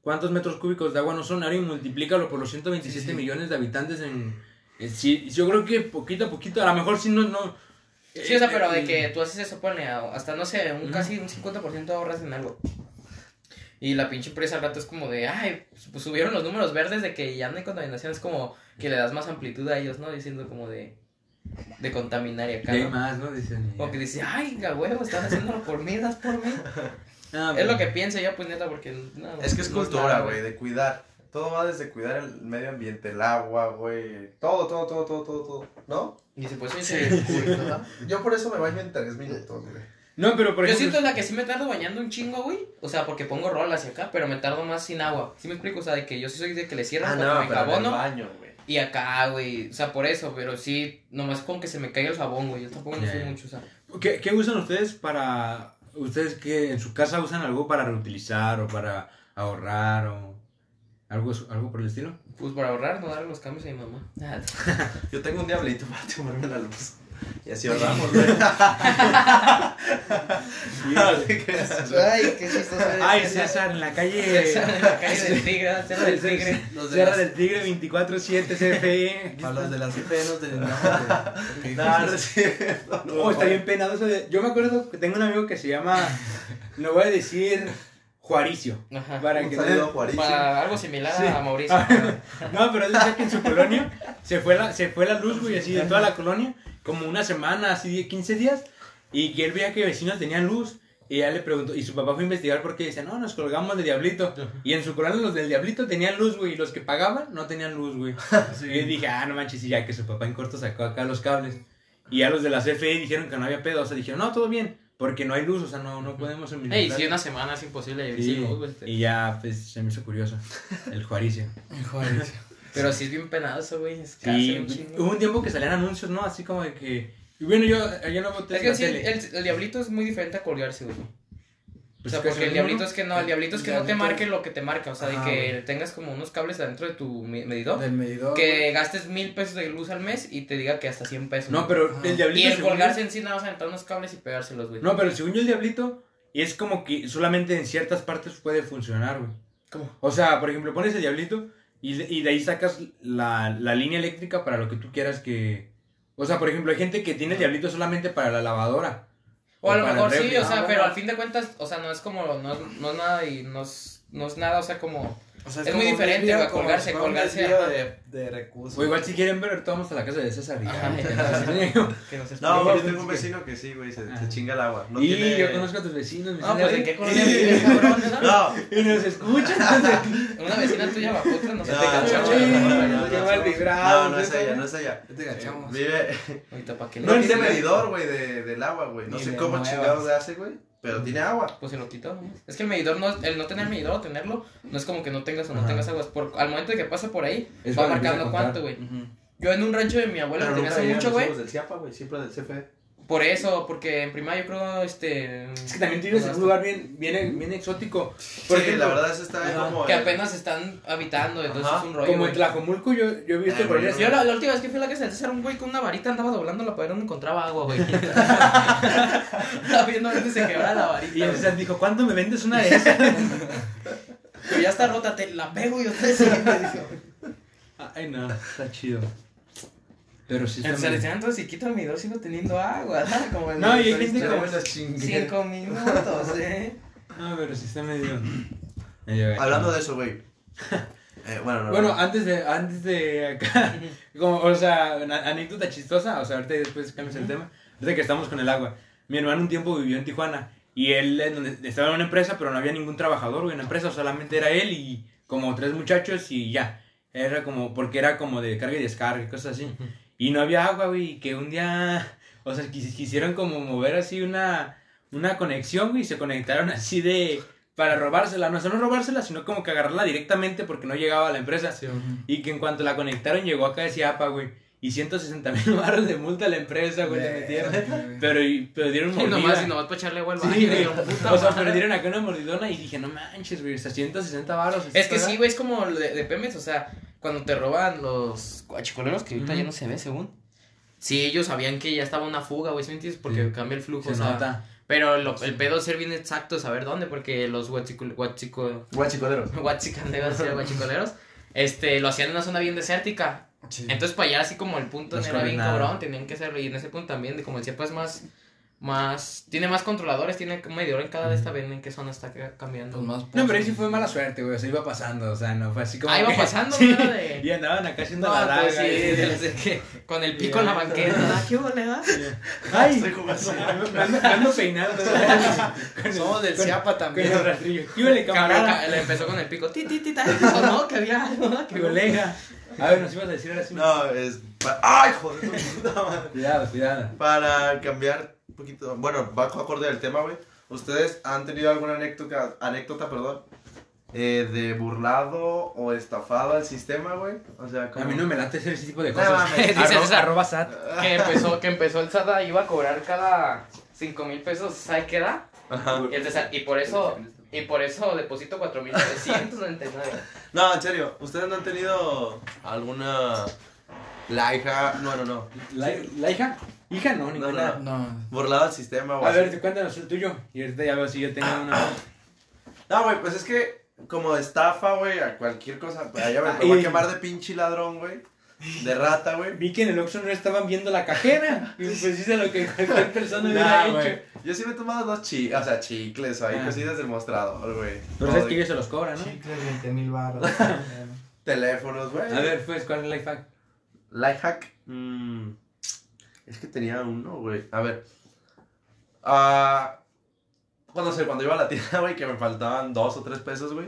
S2: ¿Cuántos metros cúbicos de agua no son? Ahora y multiplícalo por los 127 millones de habitantes en... en sí, yo creo que poquito a poquito, a lo mejor si no... no
S4: Sí, o sea, pero de
S2: eh,
S4: que tú haces eso, ponle, a- hasta no sé, un
S2: Ujú.
S4: casi un 50% ahorras en algo. Y la pinche empresa al rato es como de, ay, pues subieron los números verdes de que ya no hay contaminación. Es como que le das más amplitud a ellos, ¿no? Diciendo como de, de contaminar y acá.
S2: ya hay
S4: ¿no?
S2: más, ¿no? Dicen,
S4: Como que dice, ay, a huevo, están haciéndolo por mí, das por mí.
S2: Ah,
S4: Es lo que pienso yo, pues neta, porque. no,
S1: Es que es
S4: no
S1: cultura,
S4: nada,
S1: güey, de cuidar. Todo va desde cuidar el medio ambiente, el agua, güey. Todo, todo, todo, todo, todo, todo. ¿No?
S4: Y "Pues, se puede
S1: Sí. Yo por eso me baño en tres minutos, güey.
S2: No, pero por
S4: Yo
S2: ejemplo...
S4: siento la que sí me tardo bañando un chingo, güey. O sea, porque pongo rol hacia acá, pero me tardo más sin agua. ¿Sí me explico? O sea, de que yo sí soy de que le
S2: Ah,
S4: cierran cuando me enjabono.
S1: baño, güey.
S4: Y acá, güey. O sea, por eso, pero sí, nomás con que se me caiga el jabón, güey. Yo tampoco no
S2: Ya,
S4: soy
S2: ya.
S4: mucho, o sea.
S2: ¿Qué, qué usan ustedes para... Ustedes que en su casa usan algo para reutilizar o para ahorrar o algo, algo por el estilo?
S4: Pues para ahorrar, no darle los cambios a mi mamá. Nada.
S1: Yo tengo un diablito para tomarme la luz. Y así ahorramos, güey. No te creas, güey.
S4: Ay, qué chistoso.
S3: Eh,
S2: Ay, César, en la calle.
S4: César, en la calle del tigre, César del tigre.
S3: Los de
S2: Sierra
S3: las-
S2: del Tigre 24-7 CFE.
S3: Para los de las penas del norte. güey.
S1: No, no es cierto.
S2: Oh, está bien penado eso de- Yo me acuerdo que tengo un amigo que se llama. Lo voy a decir. Juaricio.
S4: Ajá.
S2: Para
S1: Un
S2: que
S1: saludo a
S2: no,
S1: Juaricio.
S4: Para algo similar
S2: Sí.
S4: a Mauricio.
S2: no, pero él decía que en su colonia se fue, la, se fue la luz, güey, así de toda la colonia, como una semana, así de 15 días, y que él veía que vecinos tenían luz, y ya le preguntó, y su papá fue a investigar porque decía, no, nos colgamos de Diablito, y en su colonia los del Diablito tenían luz, güey, y los que pagaban no tenían luz, güey. Y yo dije, ah, no manches, y ya que su papá en corto sacó acá los cables. Y ya los de la CFE dijeron que no había pedo. O sea, dijeron, no, todo bien, porque no hay luz, o sea, no, no podemos suministrar.
S5: Ey, si una semana es imposible vivir
S2: Sí,
S5: sin luz, güey. este.
S2: Y ya, pues, se me hizo curioso. El Juaricio.
S3: Joder.
S4: Pero sí es bien penazo, güey. Es que hace un
S2: Sí,
S4: chingo.
S2: hubo un tiempo que salían anuncios, ¿no? Así como de que... Y bueno, yo, yo no voté
S4: Es
S2: en la
S4: que sí,
S2: tele.
S4: el, el diablito es muy diferente a colgarse, güey. O
S2: Pues
S4: sea,
S2: que
S4: porque el
S2: son
S4: diablito
S2: uno.
S4: es que no, el diablito es que
S3: El
S4: no te
S3: diablito-
S4: marque lo que te marca, o sea,
S3: Ajá,
S4: de que tengas como unos cables adentro de tu me- medidor,
S3: Del medidor.
S4: que gastes mil pesos de luz al mes y te diga que hasta 100 pesos.
S2: No,
S4: güey.
S2: pero
S3: Ajá.
S2: el diablito...
S4: Y el
S2: según
S4: colgarse en sí nada más aventar unos cables y pegárselos,
S2: yo-
S4: güey.
S2: No, pero según yo el diablito es como que solamente en ciertas partes puede funcionar, güey.
S4: ¿Cómo?
S2: O sea, por ejemplo, pones el diablito y, de- y de ahí sacas la, la línea eléctrica para lo que tú quieras que... O sea, por ejemplo, hay gente que tiene el diablito solamente para la lavadora.
S4: O a lo
S2: para el
S4: mejor sí,
S2: refri.
S4: o sea,
S3: Ah,
S4: pero
S3: bueno.
S4: al fin de cuentas, o sea, no es como, no, es- no es nada y no es, no es nada, o sea, como...
S3: O sea,
S4: es muy
S3: como un
S4: diferente,
S3: desvío,
S4: güey,
S3: como
S4: colgarse,
S3: si fuera un
S4: colgarse,
S3: desvío
S4: ajá.
S3: de, de recursos.
S2: O igual si quieren ver, todos vamos a la casa de César. y ya,
S4: Ajá,
S2: que
S4: ya.
S2: nos enseñe.
S4: Que nos
S1: No,
S4: explique.
S1: yo tengo un vecino que sí, güey, se, se chinga el agua. No
S2: y
S1: tiene...
S2: yo conozco a tus vecinos.
S4: Ah,
S2: vecinas,
S4: pues en
S2: ¿eh?
S4: qué colonia vives, cabrón, ¿verdad?
S1: No,
S2: Y nos escuchan.
S4: Una vecina tuya bajó otra, no se
S1: Ah, No,
S4: te
S1: no,
S4: cachó.
S1: no, no,
S4: güey.
S1: no.
S2: Qué mal librado.
S1: no, no es ella, no es ella.
S3: Ya Te cachamos.
S1: Vive,
S4: Ahorita, ¿para qué
S1: no
S4: le
S1: tiene medidor, güey, de, del agua, güey. No
S3: Ni
S1: sé
S3: le
S1: cómo
S3: muevas.
S1: chingados le hace, güey, pero tiene agua.
S4: Pues se lo quitó. ¿no? Es que el medidor, no, es- el no tener medidor o tenerlo, no es como que no tengas o no
S2: Ajá.
S4: tengas aguas. Por, al momento de que pasa por ahí,
S2: Es
S4: va
S2: cuando empieza a
S4: marcando
S2: contar.
S4: cuánto, güey. Yo en un rancho de mi abuelo que tenía hace mucho, güey.
S1: del CIAPA, güey, siempre del CFE.
S4: Por eso, porque en primaria yo creo, este...
S2: Es que también tú vives en un lugar bien, bien, bien exótico. Por
S1: Porque
S2: ejemplo,
S1: la verdad es está
S2: ajá,
S1: como.
S4: Que
S1: eh,
S4: apenas están habitando, entonces
S1: Ajá,
S4: es un rollo,
S2: Como
S4: güey. Pues
S2: en Tlajomulco yo, yo he visto
S1: Ah,
S2: por ahí
S1: bueno.
S4: Yo la, la última vez que fui a la casa del César, un güey con una varita andaba doblando la pared donde encontraba agua, güey. Estaba viendo dónde se quebraba la varita.
S2: Y
S4: güey.
S2: entonces dijo, ¿cuánto me vendes una de esas?
S4: Pero ya está rota, te la pego y otra vez siguiente. dijo.
S2: Ay, no, está chido. Pero sí está
S4: Entonces le
S2: muy-
S4: decían, entonces si quito mi dos sigo teniendo agua, ¿no? Como en
S2: No, y hay
S4: Toy
S2: gente
S4: Story.
S2: como esas
S4: Cinco minutos, ¿eh?
S2: No, pero sí está medio... medio
S1: Hablando de eso, güey. Eh, bueno, no,
S2: Bueno,
S1: no.
S2: antes de, antes de acá, como, o sea, una anécdota chistosa, o sea, ahorita y después cambias el tema, ahorita que estamos con el agua. Mi hermano un tiempo vivió en Tijuana y él eh, donde- estaba en una empresa, pero no había ningún trabajador güey, en la empresa, solamente era él y como tres muchachos y ya. Era como, porque era como de carga y descarga y cosas así. Y no había agua, güey, y que un día, o sea, quis- quisieron como mover así una, una conexión, güey, y se conectaron así de... Para robársela, no, o sea, no robársela, sino como que agarrarla directamente porque no llegaba a la empresa. Y que en cuanto la conectaron llegó acá de Ciapa, güey. Y 160 mil barros de multa a la empresa, güey, le metieron. Pero, y- pero dieron
S6: Y
S2: mordida.
S6: nomás, y nomás para echarle agua al
S2: Sí,
S6: baño.
S2: güey.
S6: digo, puta
S2: O sea,
S6: madre.
S2: pero dieron acá una mordidona y dije, no manches, güey, hasta 160 barros.
S4: Es que sí, güey, es como de, de Pemex, o sea, cuando te roban los guachicoleros, que ahorita
S2: Ujú.
S4: ya no se ve, según. Sí, ellos sabían que ya estaba una fuga, güey, ¿sí me entiendes? Porque
S2: Sí.
S4: cambia el flujo,
S2: Se
S4: o sea,
S2: nota.
S4: Pero lo- el pedo es ser bien exacto, saber dónde, porque los guachicul- guachico,
S1: Guachicoleros.
S4: guachicanderos, sí, guachicoleros, este, lo hacían en una zona bien desértica.
S3: Sí.
S4: Entonces, para allá, así como el punto
S2: Los
S4: era bien
S2: coordinaban.
S4: cabrón, tenían que hacerlo. Y en ese punto también, de como el CIEPA es más, más, tiene más controladores, tiene un medidor en cada de estas, ven en qué zona está ca- cambiando.
S3: Pues más
S2: No, pero ahí
S3: pozos.
S2: sí fue mala suerte, güey. O sea, iba pasando, o sea, no fue así como.
S4: Ah, iba
S2: que-
S4: pasando,
S2: Sí.
S4: ¿no? De-
S2: Y andaban acá haciendo
S4: No,
S2: la daga.
S4: pues sí,
S2: y-
S4: de las de que con el pico en la banqueta. ¿verdad? ¿Qué hubo, le da?
S2: Ay,
S1: Estoy jugando.
S2: me ando, me ando peinando. Con el-
S3: Somos del
S2: con-
S3: Ciapa
S2: Con
S3: también.
S2: el rastrillo. Híjole,
S4: Cabrón,
S2: camarada.
S4: ca- le empezó con el pico. Ti, ti, ti, ta, sonó que había algo. ¿verdad?
S2: Mi colega. A ver, nos ibas a decir ahora sí.
S1: No, es. pa- ¡Ay, joder! tu puta madre!
S2: Cuidado, cuidado.
S1: Para cambiar un poquito, bueno, bajo acorde del tema, güey. ¿Ustedes han tenido alguna anécdota, anécdota perdón, eh, de burlado o estafado al sistema, güey? O sea, como...
S2: A mí no me late hacer ese tipo de
S1: No,
S2: cosas.
S1: mames.
S2: Arro-
S4: Dices esa-
S2: arroba SAT.
S4: Que empezó, que empezó el SAT iba a cobrar cada cinco mil pesos, ¿sabes qué da?
S1: Ajá.
S4: Y, el de SAT, y por eso, y por eso deposito 4.999.
S1: No, en serio, ¿ustedes no han tenido alguna... La hija... No, no, no.
S2: ¿La, la hija? Hija no, ninguna.
S1: no.
S3: No.
S1: Burlado al sistema, güey.
S2: A ver, te cuéntanos el tuyo. Y ahorita ya veo si yo tengo
S1: Ah.
S2: una.
S1: No, güey, pues es que como estafa, güey, a cualquier cosa. pues, allá me
S2: Ay.
S1: voy a quemar de pinche ladrón, güey. De rata, güey.
S2: Vi que en el Oxxo no estaban viendo la cajera. Y pues hice lo que cualquier persona hubiera
S3: Nah,
S2: hecho.
S3: güey.
S1: Yo sí me he tomado dos chi, o sea, chicles o ahí
S2: Ah.
S1: cositas del mostrador, güey.
S2: Pero
S1: O
S2: sabes
S1: de
S2: que ellos se los cobran, ¿no?
S3: Chicles, 20 mil baros.
S2: Ah,
S1: Teléfonos, güey.
S2: A ver, pues, ¿cuál es la IFAC?
S1: Lifehack. mm, es que tenía uno, güey. A ver. Ah. cuando sé, cuando iba a la tienda, güey, que me faltaban dos o tres pesos, güey.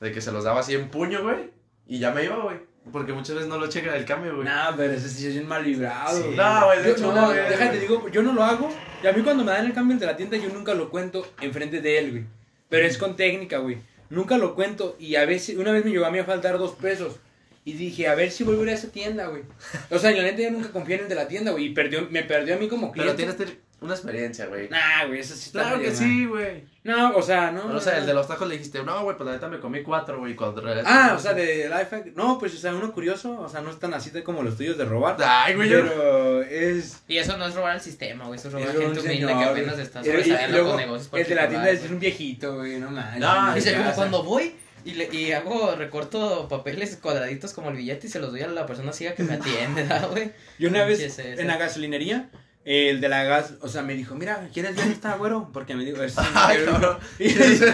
S1: De que se los daba así en puño, güey. Y ya me iba, güey. Porque muchas veces no lo checa el cambio, güey.
S2: No, pero ese sí es bien mal librado.
S1: Sí.
S2: güey.
S1: No, güey, de
S2: Yo-
S1: hecho,
S2: no,
S1: güey.
S2: déjate, digo, yo no lo hago. Y a mí cuando me dan el cambio de la tienda, yo nunca lo cuento enfrente de él, güey. Pero
S1: Mm.
S2: es con técnica, güey. Nunca lo cuento. Y a veces, una vez me llegó a mí a faltar dos pesos. Y dije, a ver si vuelvo a ir a esa tienda, güey. O sea, y la neta yo nunca confié en el de la tienda, güey. Y perdió, me perdió a mí como
S1: Pero
S2: cliente.
S1: tienes ter- una experiencia, güey.
S2: Nah, güey, eso sí está
S1: Claro que
S2: medio
S1: sí, güey.
S2: mal. No, o sea, no.
S1: O sea, el de
S2: la...
S1: los tacos le dijiste, no, güey, pues la neta me comí cuatro, güey. Cuando regresaste,
S2: Ah,
S1: güey.
S2: o sea, de Lifehack. No, pues, o sea, uno curioso. O sea, no es tan así de como los tuyos de robar.
S1: Ay, güey, yo-
S2: Pero es...
S4: Y eso no es robar al sistema, güey, eso es robar a
S2: Era un
S4: gente humilde que
S2: señor.
S4: apenas está
S2: Era- y
S4: sobresaliendo
S2: luego,
S4: con negocios
S2: El de la tienda
S4: particulares,
S2: es un viejito, güey, no manches.
S1: No,
S2: no
S4: güey. Dice,
S2: te
S4: como
S2: hace.
S4: cuando voy y, le, y hago, recorto papeles cuadraditos como el billete y se los doy a la persona ciega que me atiende, ¿verdad, güey?
S2: Yo una vez
S4: Pinches, ese.
S2: en la gasolinería, el de la gas, o sea, me dijo, mira, ¿quieres ver esta, güero? Porque me dijo, es.
S1: Ay, cabrón.
S2: Y le dije,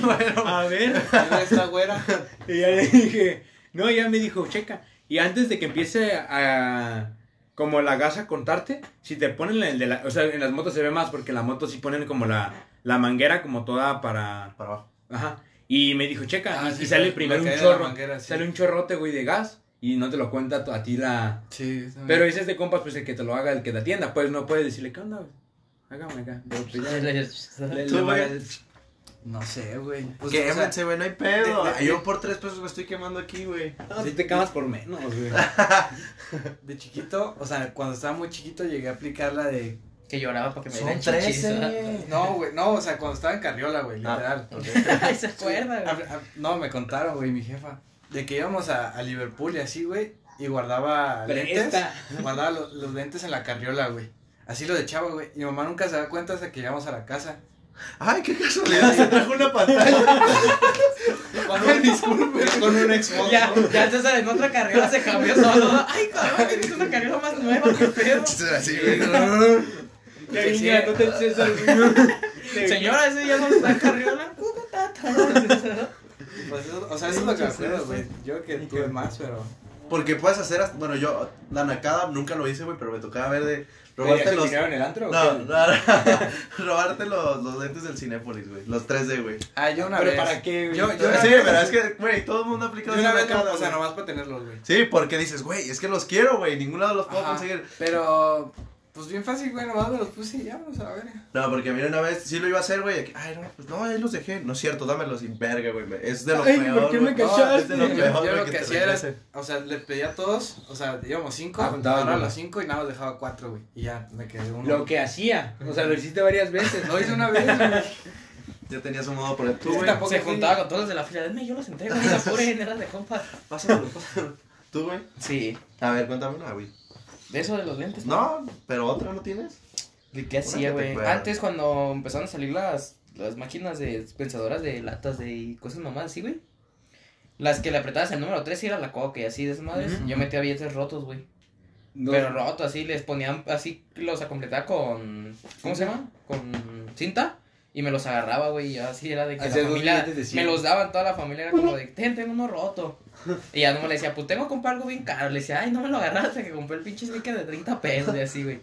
S1: Bueno,
S2: a ver.
S3: Esta güera.
S2: Y ya le dije, no, ya me dijo, checa. Y antes de que empiece a. Como la gas a contarte, si te ponen el de la. O sea, en las motos se ve más porque en la moto sí ponen como la, la manguera, como toda para.
S1: para abajo.
S2: Ajá. Y me dijo, checa,
S3: Ah,
S2: y,
S3: sí,
S2: y sale
S3: la-
S2: primero un
S3: la caída de la
S2: chorro.
S3: manguera, sí.
S2: Sale un chorrote, güey, de gas. Y no te lo cuenta a ti la.
S3: Sí. esa
S2: Pero
S3: madre.
S2: ese es de compas, pues el que te lo haga, el que te atienda. Pues no puedes decirle, ¿qué onda, güey? Hágame acá. Pero, pues, ya- le- le-
S1: Tú,
S2: le-
S1: güey.
S2: le-
S3: No sé, güey. Pues, o sea,
S1: Quémense, güey, no hay pedo.
S3: de- de-
S1: Yo por tres pesos me estoy quemando aquí, güey.
S2: Si te camas por menos, güey.
S3: de chiquito, o sea, cuando estaba muy chiquito llegué a aplicar la de.
S4: Que lloraba para que me
S1: Son
S4: dieran chichis.
S1: trece.
S3: No, güey, no, o sea, cuando estaba en Carriola, güey,
S2: Ah.
S3: literal.
S4: Ay, se acuerda, güey.
S3: A- a- No, me contaron, güey, mi jefa. De que íbamos a, a Liverpool y así, güey. Y guardaba
S2: Pero
S3: lentes.
S2: esta-
S3: Guardaba los, los lentes en la carriola, güey. Así lo echaba, güey. Y mi mamá nunca se da cuenta hasta que llegamos a la casa.
S1: Ay, qué casualidad, se trajo una pantalla.
S3: Ay, disculpe, con un Xbox.
S4: Ya, ya César en otra carriola se cambió solo. Ay, cabrón, tienes una carriola más nueva, qué pedo.
S1: Así, güey.
S4: Ya, niña, no te Señora, ese ya no está en carriola.
S3: Pues eso- o sea, eso es lo que me acuerdo, güey. Yo que tuve más, pero.
S1: Porque puedes hacer, hasta- bueno, yo la nacada nunca lo hice, güey, pero me tocaba ver de
S2: ¿Te
S1: robarte
S2: los...
S1: los...
S2: en el antro? o
S1: No,
S2: qué?
S1: no, no. robarte los, los lentes del Cinépolis, güey. Los 3D, güey.
S3: Ah, yo una
S2: ¿Pero
S3: vez.
S2: para qué, güey?
S3: Yo, yo una
S1: Sí,
S3: vez-
S1: pero es que, güey, todo el mundo aplica
S3: yo
S1: esa
S3: una vez,
S1: nacada,
S3: o sea,
S1: güey.
S3: nomás para tenerlos, güey.
S1: Sí, porque dices, güey, es que los quiero, güey, ningún lado los puedo
S3: Ajá,
S1: conseguir.
S3: Pero, pues bien fácil, güey, nomás me los puse y ya, vamos a ver.
S1: No, porque mira, una vez sí lo iba a hacer, güey, de que, ay, no, pues no, ahí los dejé. No es cierto, dámelos sin verga, güey, me- es de lo
S2: Ay,
S1: peor,
S2: ¿por qué me
S1: güey.
S2: cachaste?
S1: No, es de lo
S3: Yo-
S1: peor,
S3: yo
S1: güey,
S3: lo
S1: que
S3: que,
S1: te
S3: hacía era,
S1: regresen.
S3: o sea, le pedía a todos, o sea, íbamos cinco,
S2: Ah, juntabas,
S3: ahora
S2: ¿no?
S3: los cinco y nada más dejaba cuatro, güey, y ya, me quedé uno.
S2: Lo que hacía. O sea, lo hiciste varias veces.
S3: Lo hice una vez, güey.
S1: Ya tenías un modo por el tú,
S3: Es que
S1: güey.
S3: tampoco-
S4: Se juntaba con todos los de la fila. Denme, yo los entrego. Mira, pobre general de compas.
S1: Pásamelo, pásamelo. Tú, güey.
S4: Sí,
S1: A ver, cuéntame una, güey.
S4: de eso de los lentes.
S1: No, pero otra no tienes.
S4: ¿De qué
S1: que te
S4: hacía, güey?
S1: acuerdas.
S4: Antes, cuando empezaron a salir las, las máquinas de dispensadoras de latas de y cosas mamadas así, güey. Las que le apretabas el número 3 y era la coca y así de esas madres.
S2: Ujú.
S4: Yo metía billetes rotos, güey.
S2: No.
S4: Pero roto, así les ponían, así los a completar con. ¿Cómo se llama? Con cinta. Y me los agarraba, güey. y Así era de que
S2: Hacías
S4: la
S2: dos
S4: familia.
S2: billetes de cien.
S4: Me los daban, toda la familia era como de, ten, tengo uno roto. Y ya no le decía, pues tengo que comprar algo bien caro. Le decía, ay, no me lo agarraste, que compré el pinche sneaker de 30 pesos y así, güey.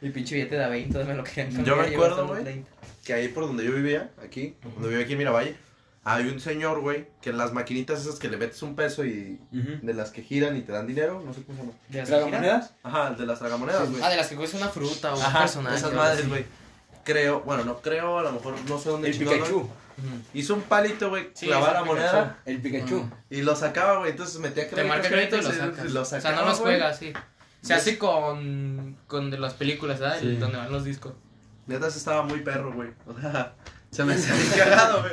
S4: Mi pinche billete de a 20, entonces me lo querían
S1: Yo
S4: cambiar.
S1: me
S4: y
S1: acuerdo,
S4: gastaron
S1: güey.
S4: 30.
S1: Que ahí por donde yo vivía, aquí, donde vivía aquí en Miravalle, hay un señor, güey, que en las maquinitas esas que le metes un peso y
S2: Ujú.
S1: de las que giran y te dan dinero, no sé cómo se llama.
S4: ¿De las que giran?
S2: ¿Tragamonedas?
S1: Ajá, de las tragamonedas, güey.
S4: Ah, de las que cuesta una fruta o un
S1: Ajá,
S4: personaje.
S1: esas
S4: o algo
S1: madres,
S4: así.
S1: güey. Creo, bueno, no creo, a lo mejor no sé dónde
S2: El
S1: chingados,
S2: Pikachu.
S4: Ujú.
S1: Hizo un palito, güey,
S4: Sí,
S1: clavaba
S4: es
S1: la
S4: un
S1: moneda
S2: El Pikachu.
S1: y lo sacaba, güey. Entonces metía
S4: Te marca crédito y lo sacas.
S1: lo
S4: o sea, no
S1: sacaba,
S4: los
S1: güey.
S4: juegas, sí. Se hace con, con de las películas, ¿verdad? El-
S2: Sí.
S4: Donde van los discos.
S1: Neta, se estaba muy perro, güey. O sea, se me hacía bien cagado, güey.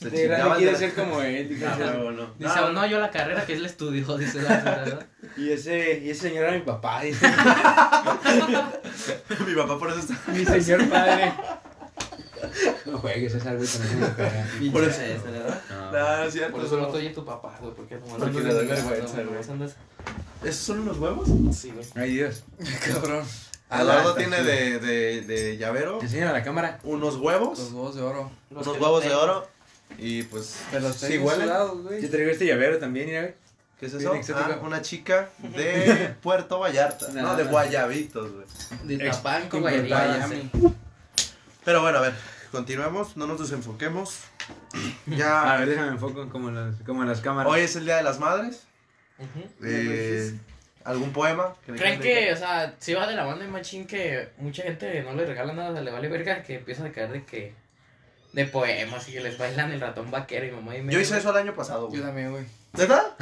S1: Se
S2: De grande
S1: chingaba el
S2: quiere
S1: de-
S2: ser como él.
S1: Ah,
S2: Pikachu.
S1: güey, no.
S4: Dice,
S1: No,
S4: "Oh, no, yo la carrera que es el estudio, dice la verdad.
S2: Y ese, y ese señor era mi papá, dice.
S1: Mi papá por eso está.
S2: mi señor padre. No juegues, es algo que no se me pega.
S1: Por eso.
S2: Este,
S4: ¿verdad?
S1: No, no es cierto.
S4: Por eso no estoy en tu papá, güey, porque no
S1: Porque le doy vergüenza, güey. ¿Esos son unos huevos?
S4: Sí, güey.
S2: Ay, Dios.
S3: Cabrón.
S1: Eduardo
S2: Ah,
S1: tiene de, de, de llavero
S2: Enseñan a la cámara.
S1: unos
S3: Los
S1: huevos,
S3: huevos de oro.
S4: Los
S1: unos
S4: que no
S1: huevos de
S4: tengo.
S1: oro y pues.
S3: Pero los
S1: Sí,
S3: tengo
S1: huelen.
S3: sudados, güey.
S2: Yo traigo este llavero también, mira, güey.
S1: ¿Qué es
S2: Bien
S1: eso?
S2: exótico.
S1: Ah, una chica de Puerto Vallarta.
S2: No,
S1: no, de
S2: no.
S1: Guayabitos, güey.
S4: De
S2: Ex-
S4: Tapanco,
S2: Guayabí.
S4: Guayabí.
S3: Miami.
S1: Pero bueno, a ver, continuemos, no nos desenfoquemos.
S2: A
S1: Ya.
S2: ver, déjame enfoco como las, como las cámaras.
S1: Hoy es el Día de las Madres.
S4: Ujú.
S1: Eh, ¿Algún poema? le quieran
S4: ¿Creen que, o
S1: dedicar?
S4: sea, si va de la banda de machín que mucha gente no le regala nada, o sea, le vale verga que empiezan a caer de que. de poemas y que les bailan el ratón vaquero y mamá y media,
S1: Yo hice
S4: güey?
S1: eso el año pasado, güey.
S3: Yo también, güey.
S1: ¿Neta?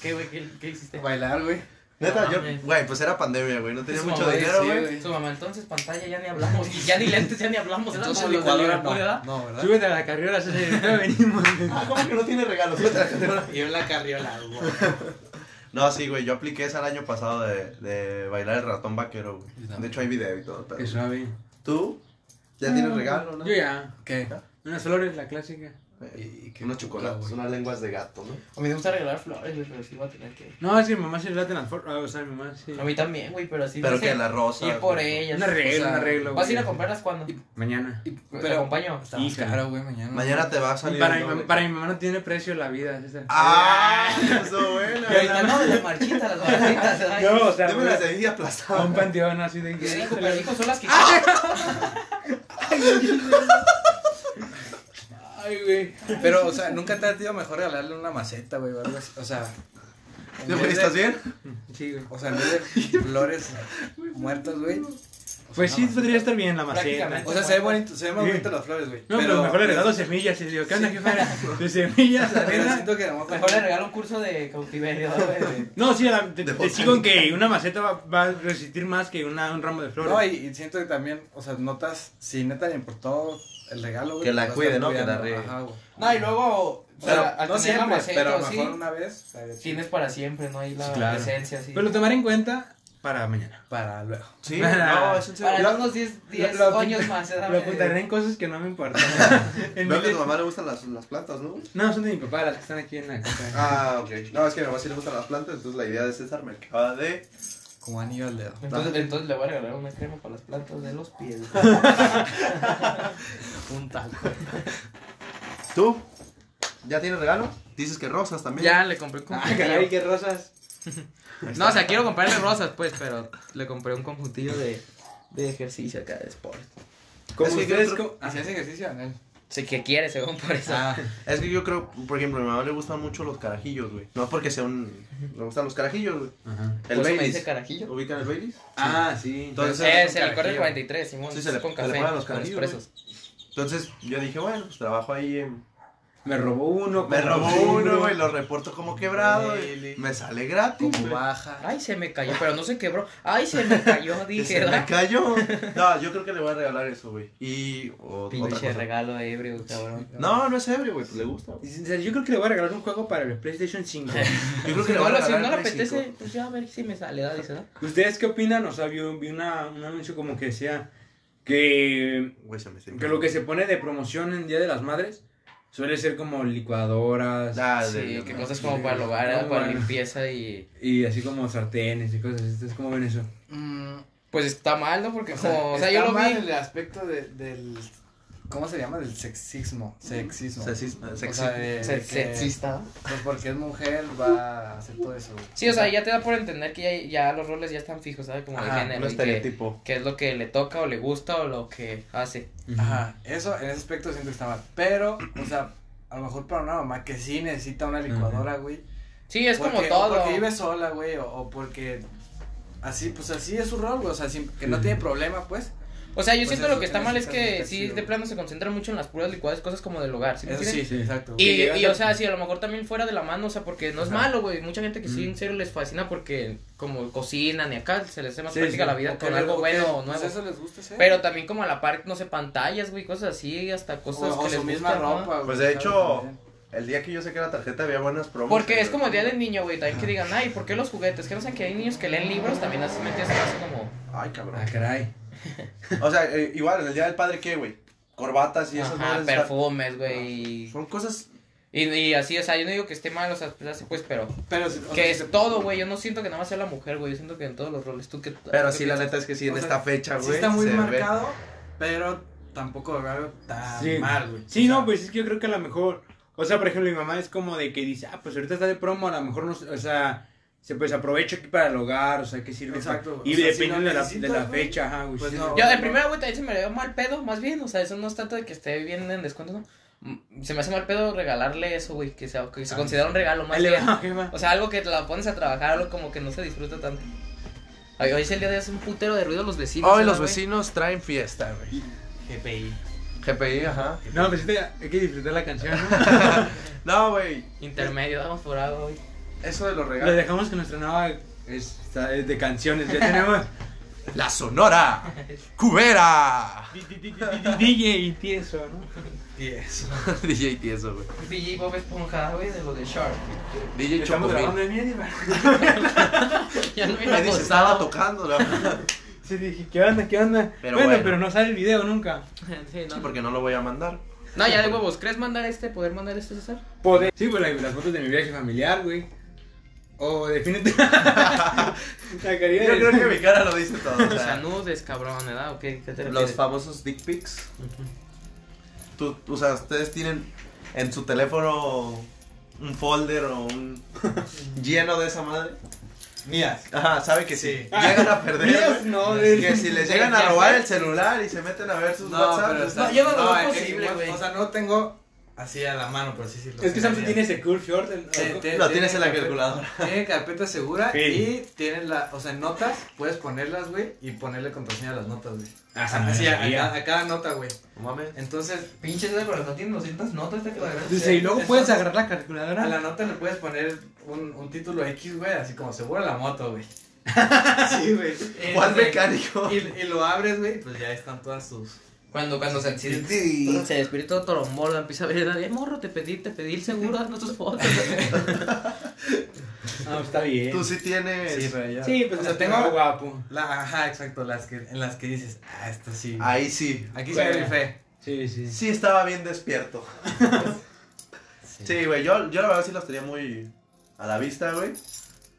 S4: ¿Qué, güey? ¿Qué, qué hiciste?
S3: Bailar, güey.
S1: Neta,
S4: No
S1: yo,
S4: mames.
S1: güey, pues era pandemia, güey, no tenía
S4: Es
S1: mucho
S4: mamá,
S1: dinero,
S3: sí,
S1: güey.
S3: güey.
S4: Su mamá, entonces pantalla ya ni hablamos. Y ya ni lentes, ya ni hablamos. Era
S3: Entonces
S4: como los de
S3: licuadora
S4: Liverpool,
S3: no.
S4: ¿verdad?
S3: No, ¿verdad?
S2: Súbete a la carriola, César, y ahorita venimos.
S1: Ah, ¿cómo que no tiene regalos?
S3: Y en la carriola, güey.
S1: No, sí, güey, yo apliqué esa el año pasado de, de bailar el ratón vaquero, güey.
S3: Yo también.
S1: De hecho, hay video y todo. pero-
S2: Qué suave.
S1: ¿Tú? ¿Ya tienes regalo, no?
S2: Yo ya.
S3: ¿Qué?
S2: Unas flores, la clásica.
S1: Eh,
S3: Y- qué
S1: unos
S3: puta,
S1: chocolates,
S3: güey.
S1: unas lenguas de gato, ¿no?
S4: A mí me gusta regalar flores, güey, pero sí voy a tener que.
S2: No, es que mi mamá se late las flores. Ah, O sea, mi mamá sí.
S4: A mí también, güey, pero así.
S1: Pero
S4: dice,
S1: que la rosa.
S4: Ir por ellas.
S2: Un arreglo,
S3: o sea,
S2: un arreglo.
S4: ¿Vas a
S2: güey.
S4: ir a comprarlas cuándo?
S2: Mañana.
S3: Y-
S4: Te acompaño.
S3: Está más
S2: Híjole.
S3: caro, güey, mañana.
S1: Mañana te va a salir.
S2: Para
S1: el
S2: mi, mamá,
S1: doble.
S2: para mi mamá no tiene precio la vida. César.
S1: ¡Ah! Eso bueno.
S4: Y ahorita no, de las marchitas, las marchitas. ay.
S2: No, o sea,
S1: Deme las de ahí
S2: a un
S1: aplastadas.
S2: panteón así de
S4: Sí,
S2: que.
S4: hijo, pero hijo, son las que.
S3: Ah.
S2: Ay, güey.
S3: Pero, o sea, nunca te ha sido mejor regalarle una maceta, güey, o algo así. O sea, en
S1: ¿Te
S3: vez de-
S1: ¿Estás bien?
S2: Sí, güey.
S3: O sea, en vez de flores muertas, güey. O
S2: Pues sí, podría estar bien la maceta.
S7: Prácticamente.
S3: O sea, se ve bonito, se ven más bonitas las flores, güey.
S2: No, pero, mejor le
S3: pues,
S2: regalo semillas. Y le digo, ¿qué onda, jefa? De semillas a
S3: Pero
S2: la
S3: siento que a lo mejor
S7: Mejor le regalo un curso de cautiverio, güey.
S2: No, sí, la- te,
S1: De
S2: te sigo en que una maceta va, va a resistir más que una, un ramo de flores.
S3: No, y, y siento que también, o sea, notas si neta le importó el regalo, güey.
S1: Que la
S3: lo
S1: cuide,
S3: estás
S1: ¿no? Que la
S3: cuidando,
S1: riegue.
S3: Ajá, güey.
S7: No, y luego, o
S3: Pero
S7: sea, al
S3: no
S7: tener
S3: siempre,
S7: la maceta,
S3: pero a lo
S7: sí,
S3: mejor una vez. o sea,
S7: tienes para siempre, ¿no? Ahí la
S2: Sí, claro.
S7: presencia, sí.
S2: Pero lo tomaré en cuenta para mañana.
S3: Para luego.
S1: Sí, no, es en
S7: para
S1: serio.
S7: en
S1: Lo-
S7: unos 10 10
S2: lo- lo-
S7: años más, ¿eh?
S2: Lo apuntaré en cosas que no me importan. En
S1: Veo que a
S2: mi
S1: tu
S2: lista-
S1: mamá le gustan las, las plantas, ¿no?
S2: No, son de mi papá, las que están aquí en la casa.
S1: Ah, ok. No, es que a mi mamá sí le gustan las plantas, entonces la idea de César me acaba de.
S3: Como anillo al dedo.
S7: Entonces, entonces le voy a regalar una crema para las plantas de los pies.
S4: Un taco.
S1: ¿Tú? ¿Ya tienes regalo? Dices que rosas también.
S4: Ya le compré un
S2: Ah,
S4: conjuntillo.
S2: caray, qué rosas.
S4: no, o sea, quiero comprarle rosas, pues, pero le compré un conjuntillo de, de ejercicio acá de sport.
S2: Como
S1: Es que
S2: ustedes.
S1: yo creo-
S2: co-
S3: Hacías ejercicio, Anel.
S4: Sé que quiere, según por eso.
S1: Ah, Es que yo creo, por ejemplo, a mi mamá le gustan mucho los carajillos, güey. No porque sea un. Le gustan los carajillos, güey.
S2: Ajá.
S1: El
S4: Por eso me
S1: Baileys.
S4: dice carajillo.
S1: ¿Ubican el Baileys?
S2: Ah, sí.
S1: Entonces,
S4: Eh,
S1: es
S4: se
S1: un
S4: le corre el
S1: carajillo.
S4: 43, Simón.
S1: Sí, se le-
S4: con
S1: se le
S4: café.
S1: ponen los
S4: con
S1: carajillos,
S4: expresos.
S1: Entonces yo dije, bueno, pues trabajo ahí en.
S2: Me robó uno.
S1: Me
S2: como-
S1: robó uno, güey, lo reporto como quebrado, güey.
S3: Dele.
S1: Me sale gratis.
S3: Como
S1: güey.
S3: baja.
S4: Ay, se me cayó, pero no se quebró. Ay, se me cayó,
S1: Que
S4: dije.
S1: se me
S4: ¿verdad?
S1: cayó. No, yo creo que le voy a regalar eso, güey. Y. o- otra
S4: Pinche
S1: cosa.
S4: regalo ebrio, cabrón.
S1: No, no es ebrio, güey, pues le gusta. güey.
S2: Y sincero, Yo creo que le voy a regalar un juego para el PlayStation 5.
S1: Yo creo
S4: Pues, Si
S1: que le
S4: no,
S1: voy a
S4: lo- si
S1: regalar el
S4: no le
S1: Play
S4: apetece,
S1: 5.
S4: pues ya a ver si me sale, ¿verdad? Dice, ¿no?
S2: ¿Ustedes qué opinan? O sea, vi, un- vi una- un anuncio como que decía que,
S1: Güey, se me se me-
S2: que lo que se pone de promoción en Día de las Madres suele ser como licuadoras
S1: Ah, de-
S4: Sí,
S1: de-
S4: que cosas como para el hogar,
S2: No,
S4: para
S2: bueno.
S4: limpieza y...
S2: y así como sartenes y cosas así. ¿Ustedes cómo ven eso?
S3: Mm,
S4: Pues está mal, ¿no? Porque
S3: o
S4: como...
S3: sea,
S4: o sea, yo lo vi...
S3: el aspecto de- del. ¿Cómo se llama? Del sexismo. Sexismo.
S1: Sexismo.
S3: O sea, de- de
S4: se-
S3: que,
S4: Sexista.
S3: Pues porque es mujer, va a hacer todo eso. güey.
S4: Sí, o sea, ya te da por entender que ya, ya los roles ya están fijos, ¿sabes? Como
S3: Ajá,
S4: de
S1: Un
S4: género. y que,
S1: estereotipo.
S4: que es lo que le toca o le gusta o lo que hace.
S3: Ajá, eso en ese aspecto siento que está mal. Pero, o sea, a lo mejor para una mamá que sí necesita una licuadora, güey.
S4: Sí, es como
S3: porque- O
S4: todo.
S3: porque vive sola, güey, o, o porque así, pues así es su rol, güey, o sea, sin- que no tiene problema, pues.
S4: O sea, yo
S3: Pues
S4: siento
S3: eso
S4: lo que está
S3: en
S4: mal es
S3: ese caso
S4: que
S3: está
S4: sí,
S3: chido.
S4: de plano se concentran mucho en las puras licuadas cosas como del hogar, Eh, ¿sí me
S3: Eso
S4: entiendes?
S3: sí, exacto. güey.
S2: Que
S4: Y,
S2: llegas
S4: y,
S2: a-
S4: o sea, sí, a lo mejor también fuera de la mano, o sea, porque no es malo, güey. Mucha gente que sí,
S3: Mm.
S4: en serio, les fascina porque como cocinan y acá se les hace más
S2: Sí,
S4: práctica
S2: sí.
S4: la vida
S3: O
S4: con
S3: que-
S4: algo
S3: o que,
S4: bueno o
S3: pues,
S4: nuevo.
S3: eso les gusta hacer.
S4: Pero también como a la par, no sé, pantallas, güey, cosas así, hasta
S3: o,
S4: cosas
S3: o
S4: que
S3: su
S4: les
S3: misma
S4: gustan, ¿no?
S3: ropa, güey.
S1: Pues, de
S3: ¿sabes?
S1: hecho,
S3: También.
S1: El día que yo saqué la tarjeta había buenas promos. eh,
S4: Porque es
S1: pero-
S4: como el día del niño, güey, también que digan, ay, ¿por qué los juguetes? Que no sé que hay niños que leen libros, también así me entiendes, así como...
S1: Ay, cabrón.
S2: Ah, caray.
S1: O sea, eh, igual, en el día del padre, ¿qué, güey? Corbatas y esas
S4: Ajá,
S1: madres,
S4: perfumes, güey.
S1: Son cosas.
S4: Y, y así, o sea, yo no digo que esté mal, o sea, pues, así, pues, pero...
S3: Pero, si- o sea,
S4: Que
S3: si
S4: es
S3: te-
S4: todo, güey, yo no siento que nada más sea la mujer, güey, yo siento que en todos los roles tú que...
S1: Pero
S4: ¿tú
S1: sí,
S4: qué
S1: la
S4: piensas?
S1: neta es que sí, en
S3: O sea,
S1: esta fecha, güey.
S3: Sí está muy
S1: se ve.
S3: marcado, pero tampoco lo veo tan
S2: Sí.
S3: mal, güey.
S2: Sí,
S3: O sea,
S2: no, pues es que yo creo que a lo mejor. O sea, por ejemplo, mi mamá es como de que dice, ah, pues ahorita está de promo, a lo mejor no. sé, O sea, se pues aprovecho aquí para el hogar, o sea, que sirve.
S3: Exacto,
S2: para-
S3: güey.
S2: Y
S3: O sea, si
S2: depende
S3: lo
S2: de, la, de
S3: necesitas,
S2: la
S3: güey,
S2: fecha, ajá, güey.
S3: pues
S2: sí.
S3: no.
S4: Yo, en primera, güey, también se me dio mal pedo, más bien, o sea, eso no es tanto de que esté bien en descuento, ¿no? Mm, Se me hace mal pedo regalarle eso, güey, que, sea, que se considera un regalo más
S2: Ahí le
S4: bien.
S2: va, jefa.
S4: O sea, algo que te la pones a trabajar, algo como que no se disfruta tanto. Ay, hoy es el día de hace un putero de ruido los vecinos.
S1: Hoy
S4: ¿verdad,
S1: los
S4: güey?
S1: vecinos traen fiesta, güey.
S7: GPI.
S1: GPI, ajá.
S2: No, pues sí te- hay que disfrutar la canción, ¿no?
S1: No, güey.
S4: Intermedio, damos por algo hoy.
S1: Eso de los
S2: Lo
S1: regalos.
S2: dejamos con nuestra nueva es, está- es de canciones. Ya tenemos
S1: La Sonora Cubera.
S2: DJ tieso, ¿no?
S1: DJ Tieso, güey.
S4: DJ Bob Esponja, güey, de lo de Shark.
S1: DJ
S2: Estamos grabando
S1: Chocomil.
S2: en medio.
S4: Ya no viene
S1: Me dice,
S4: acostado.
S1: estaba tocando, ¿no?
S2: Sí, dije, ¿qué onda? ¿Qué onda?
S1: Pero
S2: bueno,
S1: bueno.
S2: pero no sale el video nunca.
S4: Sí, no.
S1: Sí, porque no lo voy a mandar.
S4: No, ya de huevos. ¿Crees mandar este? ¿Poder mandar este, César?
S2: Poder. Sí, pues la- las fotos de mi viaje familiar, güey. O defínete. la
S1: Yo
S2: caridad
S1: creo que mi cara lo dice todo. o
S4: O sea,
S1: sea,
S4: nudes, cabrón, ¿verdad? ¿O qué, qué te
S1: los
S4: refieres?
S1: famosos dick pics. Tú, o sea, ustedes tienen en su teléfono un folder o un lleno de esa madre.
S3: Mías.
S1: Ajá, sabe que si
S3: Sí.
S1: llegan a
S2: Dios,
S1: perder,
S2: no,
S1: güey,
S2: güey.
S1: que si les llegan a robar el celular y se meten a ver sus
S3: No,
S1: WhatsApp,
S3: pero, o sea,
S1: no,
S4: yo no lo veo
S3: es que
S4: posible,
S3: igual,
S4: güey.
S3: O sea, no tengo
S8: así a la mano, por así decirlo.
S9: Es que Samsung
S8: Tenía-
S9: tiene Secure Fjord. el-
S3: Te- te-
S1: Lo tienes en la
S3: carpeta-
S1: calculadora.
S3: Tiene carpeta segura
S2: Sí.
S3: y tiene la, o sea, notas, puedes ponerlas, güey, y ponerle contraseña a las notas, güey.
S9: Ah,
S3: Así, a, a cada- a cada nota, güey.
S1: No mames.
S3: Entonces,
S7: Pinche ese corazón tiene 200 notas este cuadrado.
S9: Dice, y luego
S3: Eso-
S9: puedes agarrar la
S3: a
S1: Ah,
S9: calculadora.
S3: la nota le puedes poner un, un título X, güey, así como seguro la moto, güey. sí, güey.
S1: ¿Cuál mecánico?
S3: Y, y lo abres, güey, pues ya están todas tus.
S7: Cuando, cuando se se se despierta todo toromborda, empieza a ver, eh, morro, te pedí, te pedí el seguro, haznos tus fotos.
S2: No, está bien.
S1: Tú sí tienes.
S3: pero ya.
S2: Sí, pues
S3: o
S2: o
S3: sea,
S2: tengo
S3: tengo.
S2: guapo.
S3: La, ajá, exacto, las que, en las que dices, ah, esto sí. güey.
S1: Ahí sí.
S3: Aquí se ve
S2: Bueno.
S3: mi fe.
S2: Sí, sí.
S1: Sí estaba bien despierto. Sí, güey. yo, yo la verdad sí los tenía muy a la vista, güey.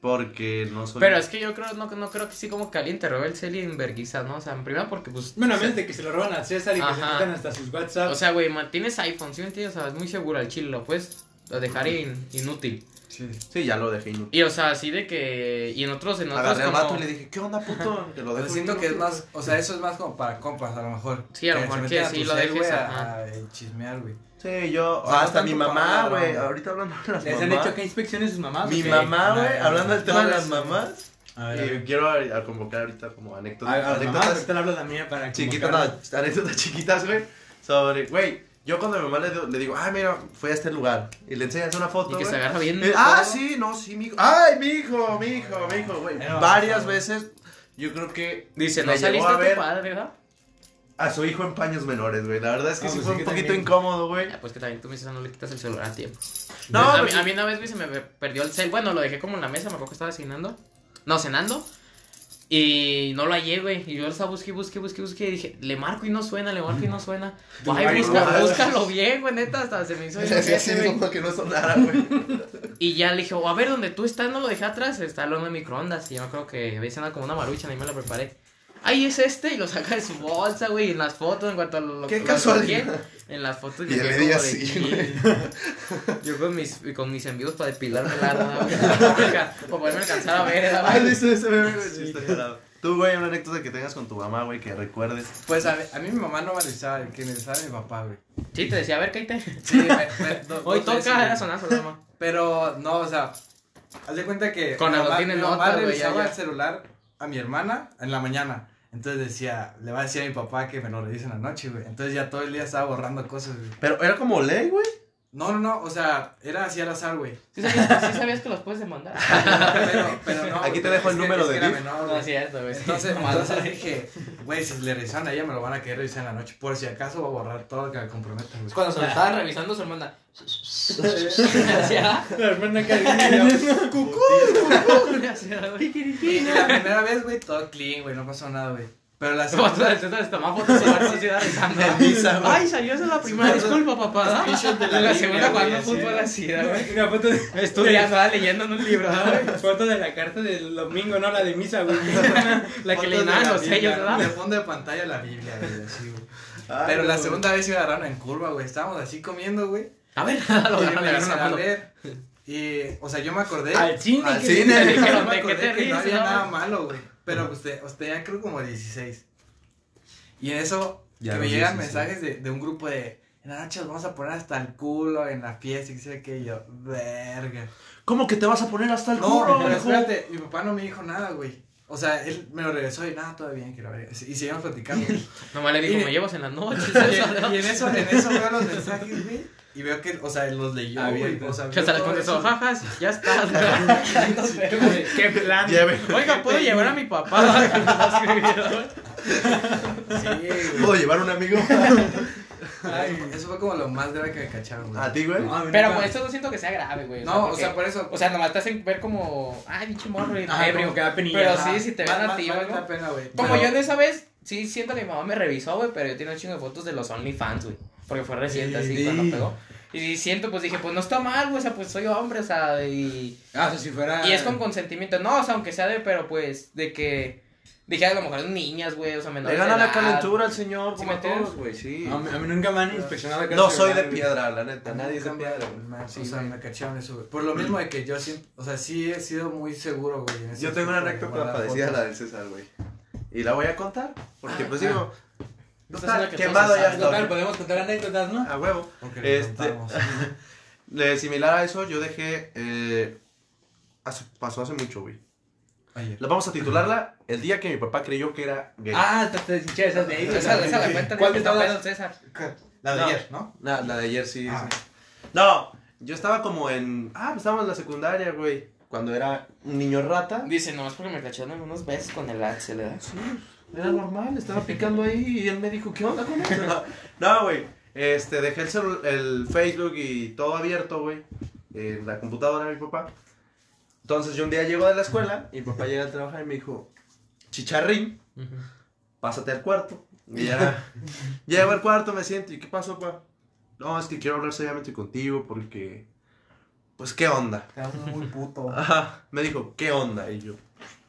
S1: Porque no soy.
S4: Pero es que yo creo, no, no creo que sí como caliente, robe el Celi en verguiza, ¿no? O sea, en primera porque pues...
S9: Bueno, a menos de que se lo roban a César y que se
S4: Ajá.
S9: metan hasta sus WhatsApp.
S4: O sea, güey, man, tienes iPhone, ¿sí me entiendes? O sea, es muy seguro al chile, lo puedes dejar in- inútil.
S3: Sí.
S1: Sí, ya lo dejé inútil.
S4: Y o sea, así de que... Y en otros, en otros
S1: Agarré al vato
S4: como...
S1: y le dije, ¿qué onda, puto? Te lo
S3: Pero
S1: dejo
S3: Pues siento que es
S1: inútil.
S3: más, o sea, eso es más como para compas, a lo mejor.
S4: Sí, a lo mejor
S3: se
S4: que
S3: metan a
S4: sí
S3: tu
S4: lo
S3: cel,
S4: dejes,
S3: güey, a,
S4: ajá.
S3: a chismear, güey.
S1: Sí, yo.
S3: O sea, no
S1: hasta mi
S3: tanto
S1: mamá,
S3: palabra,
S1: güey.
S3: güey.
S1: Ahorita hablando de las
S9: ¿Les han
S1: mamás.
S9: dicho que inspecciones sus mamás?
S1: Mi
S9: Ok.
S1: mamá, güey.
S3: Nada,
S1: Hablando del tema de
S3: nada,
S1: las
S3: nada.
S1: mamás.
S9: A ver, a
S1: Y
S9: ver.
S1: quiero a- a convocar ahorita como
S9: A- a-
S1: anécdotas.
S9: a la mamá,
S1: anécdotas
S9: ahorita le hablo a la mía para
S1: chiquitas,
S9: convocarla.
S1: no, anécdotas chiquitas, güey. Sobre, güey, yo cuando a mi mamá le, do- le digo, ay, mira, fui a este lugar y le enseñas una foto.
S4: Y que se
S1: güey.
S4: agarra bien.
S1: Eh, ah,
S4: todo.
S1: sí, no, sí, mijo. Ay, mijo, mijo, mijo, güey.
S3: Era
S1: Varias
S3: bastante.
S1: veces, yo creo que.
S4: Dice,
S1: me
S4: no
S1: llevó
S4: saliste
S1: a
S4: a tu
S1: ver
S4: padre, ¿verdad?
S1: a su hijo en paños menores, güey. La verdad es que
S9: Ah,
S1: sí
S9: pues
S1: fue
S9: sí
S1: un
S9: que
S1: poquito
S9: también.
S1: incómodo, güey.
S4: Ah, Pues que también tú, mi César, no le quitas el celular a tiempo.
S1: No,
S4: a, mí,
S1: pues,
S4: a mí una vez güey, se me perdió el cel. Bueno, lo dejé como en la mesa, me acuerdo que estaba cenando. No, cenando. Y no lo hallé, güey. Y yo lo estaba busque, busque, busque, busque. Y dije, le marco y no suena, le marco y no suena. Ay, busca, búscalo bien, güey, neta. Hasta se me hizo bien
S1: así,
S4: ojete,
S1: así,
S4: güey.
S1: como que no sonara, güey.
S4: Y ya le dije, "O, a ver, donde tú estás, no lo dejé atrás. Está el horno de microondas. Y yo creo que había cenado como una marucha, ahí me la preparé. Ay, es este. Y lo saca de su bolsa, güey. Y en las fotos, en cuanto a lo
S1: Qué
S4: lo
S1: casualidad.
S4: bloqueé, En las fotos.
S1: Y el
S4: yo como
S1: día
S4: de
S1: así,
S4: que-
S1: güey.
S4: yo con mis, con mis envíos para depilarme la arma, güey, para poderme- para poderme alcanzar a ver, ¿verdad,
S1: Ay,
S4: güey?
S1: eso, eso, güey, güey, chiste jalado. Tú, güey, una anécdota que tengas con tu mamá, güey, que recuerdes.
S3: Pues a, mí- a mí mi mamá no me avisaba, que me avisaba mi papá, güey.
S4: Sí, te decía, a ver, Kaite.
S3: Sí, me- me- do-
S4: Hoy
S3: dos veces,
S4: toca, era
S3: güey.
S4: sonar mamá.
S3: Pero no, o sea, haz de cuenta que
S4: Con
S3: mi
S4: la
S3: mamá,
S4: tiene
S3: mi mamá
S4: nota, güey,
S3: revisaba
S4: ya, ya.
S3: el celular a mi hermana en la mañana. Entonces decía, le va a decir a mi papá que me lo revise en la noche, güey. Entonces ya todo el día estaba borrando cosas, güey.
S1: Pero era como ley, güey.
S3: No, no, no, o sea, era así al azar, güey.
S4: ¿Sí sabías, sí sabías que los puedes demandar?
S1: Ah,
S3: Pero, pero no.
S1: Aquí te
S3: güey,
S1: dejo el
S3: es que-
S1: número
S3: es que
S1: de
S3: era
S1: DIF.
S3: menor,
S4: No
S3: güey.
S4: es cierto, güey.
S3: Entonces, entonces dije, güey, si le revisan a ella me lo van a querer revisar en la noche. Por si acaso va a borrar todo lo que me comprometa, güey.
S7: Cuando se lo estaban revisando su hermana. Hacía-
S9: La hermana que adivina.
S3: Y la primera vez, güey, todo clean, güey, no pasó nada, güey. Pero la
S4: Tomó
S3: segunda.
S4: fotos, entonces tomaba fotos de la ciudad rezando.
S1: misa, güey.
S4: Ay, salió esa la primera, disculpa, papá.
S3: Screenshot de la
S4: En la
S3: Biblia,
S4: segunda
S3: güey,
S4: jugando
S3: así,
S4: fútbol
S3: ¿no?
S4: así, ¿verdad, güey.
S9: Una foto de.
S4: Estudiando, ¿verdad? leyendo en un libro, ¿verdad, güey.
S9: Foto de la carta del domingo, no la de misa, güey.
S4: La que le
S3: fotos de
S4: llenaban
S3: la ah,
S4: los
S3: Biblia,
S4: sellos,
S3: De
S4: ¿verdad?
S3: fondo de pantalla la Biblia, güey, así, güey.
S1: Ay,
S3: Pero la
S1: no,
S3: segunda vez se agarraron en curva, güey. Estábamos así comiendo, güey.
S4: A ver,
S3: Y
S4: lo
S3: me
S4: agarraron, le agarraron
S3: dice,
S4: la
S3: a
S4: mano.
S3: ver. Y, o sea, yo me acordé.
S9: Al cine.
S1: Al
S9: que-
S1: cine.
S3: Yo me
S4: Dijeron,
S3: acordé
S4: ¿de qué te
S3: que
S4: ríes?
S3: No había
S4: no?
S3: nada malo, güey. Pero pues, usted, usted ya creo como 16. Y en eso,
S1: Ya
S3: que me
S1: los 16.
S3: llegan mensajes de, de un grupo de. En la noche nos vamos a poner hasta el culo en la fiesta y que sé que yo, verga.
S1: ¿Cómo que te vas a poner hasta el
S3: No,
S1: culo,
S3: pero
S1: hijo?
S3: espérate, mi papá no me dijo nada, güey. O sea, él me lo regresó y nada, todavía bien, que la verga. Y seguimos platicando.
S4: Nomás le dijo,
S3: Y-
S4: me llevas en la noche.
S3: Y en, y en eso, en eso veo los mensajes, güey. Y veo que, o sea, los leyó,
S9: Ah, bien,
S3: güey. O sea,
S4: Que
S3: vio
S4: hasta le
S3: todo
S4: contestó,
S3: eso.
S4: jajas, ya estás. güey.
S9: Qué plan.
S1: Lleve.
S4: Oiga, ¿puedo llevar a mi papá?
S3: Sí, güey.
S1: ¿Puedo llevar un amigo?
S3: Ay, eso fue como lo más grave que me cacharon, güey.
S1: ¿A ti, güey?
S4: Pero pues, por eso no siento que sea grave, güey.
S3: No, o
S4: porque-
S3: sea, por eso.
S4: O sea, nomás te hacen ver como, ay, bicho morro, y
S9: Ajá,
S4: ebrio.
S9: como que da penilla.
S4: Pero
S9: Ajá.
S4: sí, si te
S3: Vale-
S4: ven a
S3: vale-
S4: ti,
S3: vale
S4: güey.
S3: la pena, güey.
S4: Como
S3: Pero-
S4: yo en esa vez, sí siento que mi mamá me revisó, güey, pero yo tenía un chingo de fotos de los OnlyFans, güey. Porque fue reciente así
S9: Sí.
S4: cuando pegó. Y sí siento, pues dije, pues no está mal, güey, o sea, pues soy hombre, o sea, y,
S9: Ah, o sea, si fuera.
S4: y es con consentimiento. No, o sea, aunque sea de, pero pues, de que, dije, a lo mejor son niñas, güey, o sea, menores
S1: Le gana
S4: de
S1: la
S4: edad.
S1: calentura al señor,
S4: ¿Sí
S1: como
S4: me
S1: a todos,
S4: entiendes?
S1: güey, sí.
S9: No, a mí, a mí nunca me han inspeccionado la
S1: No
S9: carta
S1: soy de
S9: celular, güey.
S1: piedra, la neta, nadie es de
S3: Nunca me-
S1: piedra.
S3: man,
S4: Sí,
S3: o sea,
S4: güey.
S3: me cacharon eso, güey. Por lo mismo de que yo siempre, o sea, sí he sido muy seguro, güey. en ese
S1: Yo tengo una
S3: tipo de
S1: anécdota
S3: guardar
S1: parecida a
S3: fotos.
S1: la del César, güey. Y la voy a contar, porque pues digo, Total,
S4: es la que
S1: quemado
S4: todos
S1: ya.
S4: usamos.
S9: Ah, Total, podemos contar anécdotas, ¿no?
S1: A huevo.
S3: Porque le
S1: Este,
S3: contamos.
S1: le- similar a eso, yo dejé. eh, hace- pasó hace mucho, güey.
S3: Ayer.
S1: La vamos a titularla El día que mi papá creyó que era gay.
S9: Ah, te escuché esas de ellos.
S7: Esa, esa la cuenta
S9: ¿Cuál
S7: de
S9: te
S7: está
S9: estabas-
S7: pedo César.
S3: La de
S1: No.
S3: ayer, ¿no?
S1: La, la de ayer sí.
S3: Ah.
S1: sí. No, yo estaba como en. Ah, pues estábamos en la secundaria, güey. Cuando era un niño rata.
S7: Dice, no, es porque me cacharon algunas veces con el Axel, ¿verdad?
S1: Era normal, estaba picando ahí y él me dijo, ¿qué onda con eso? No, No, güey. este, dejé el, celu- el Facebook y todo abierto, güey. En la computadora de mi papá. Entonces yo un día llego de la escuela y mi papá llega a trabajar y me dijo, chicharrín, pásate al cuarto. Y ya, llego al cuarto, me siento, ¿y qué pasó, papá? No, es que quiero hablar seriamente contigo porque, pues, ¿qué onda?
S3: Te haces muy puto.
S1: Ajá, me dijo, ¿qué onda? Y yo,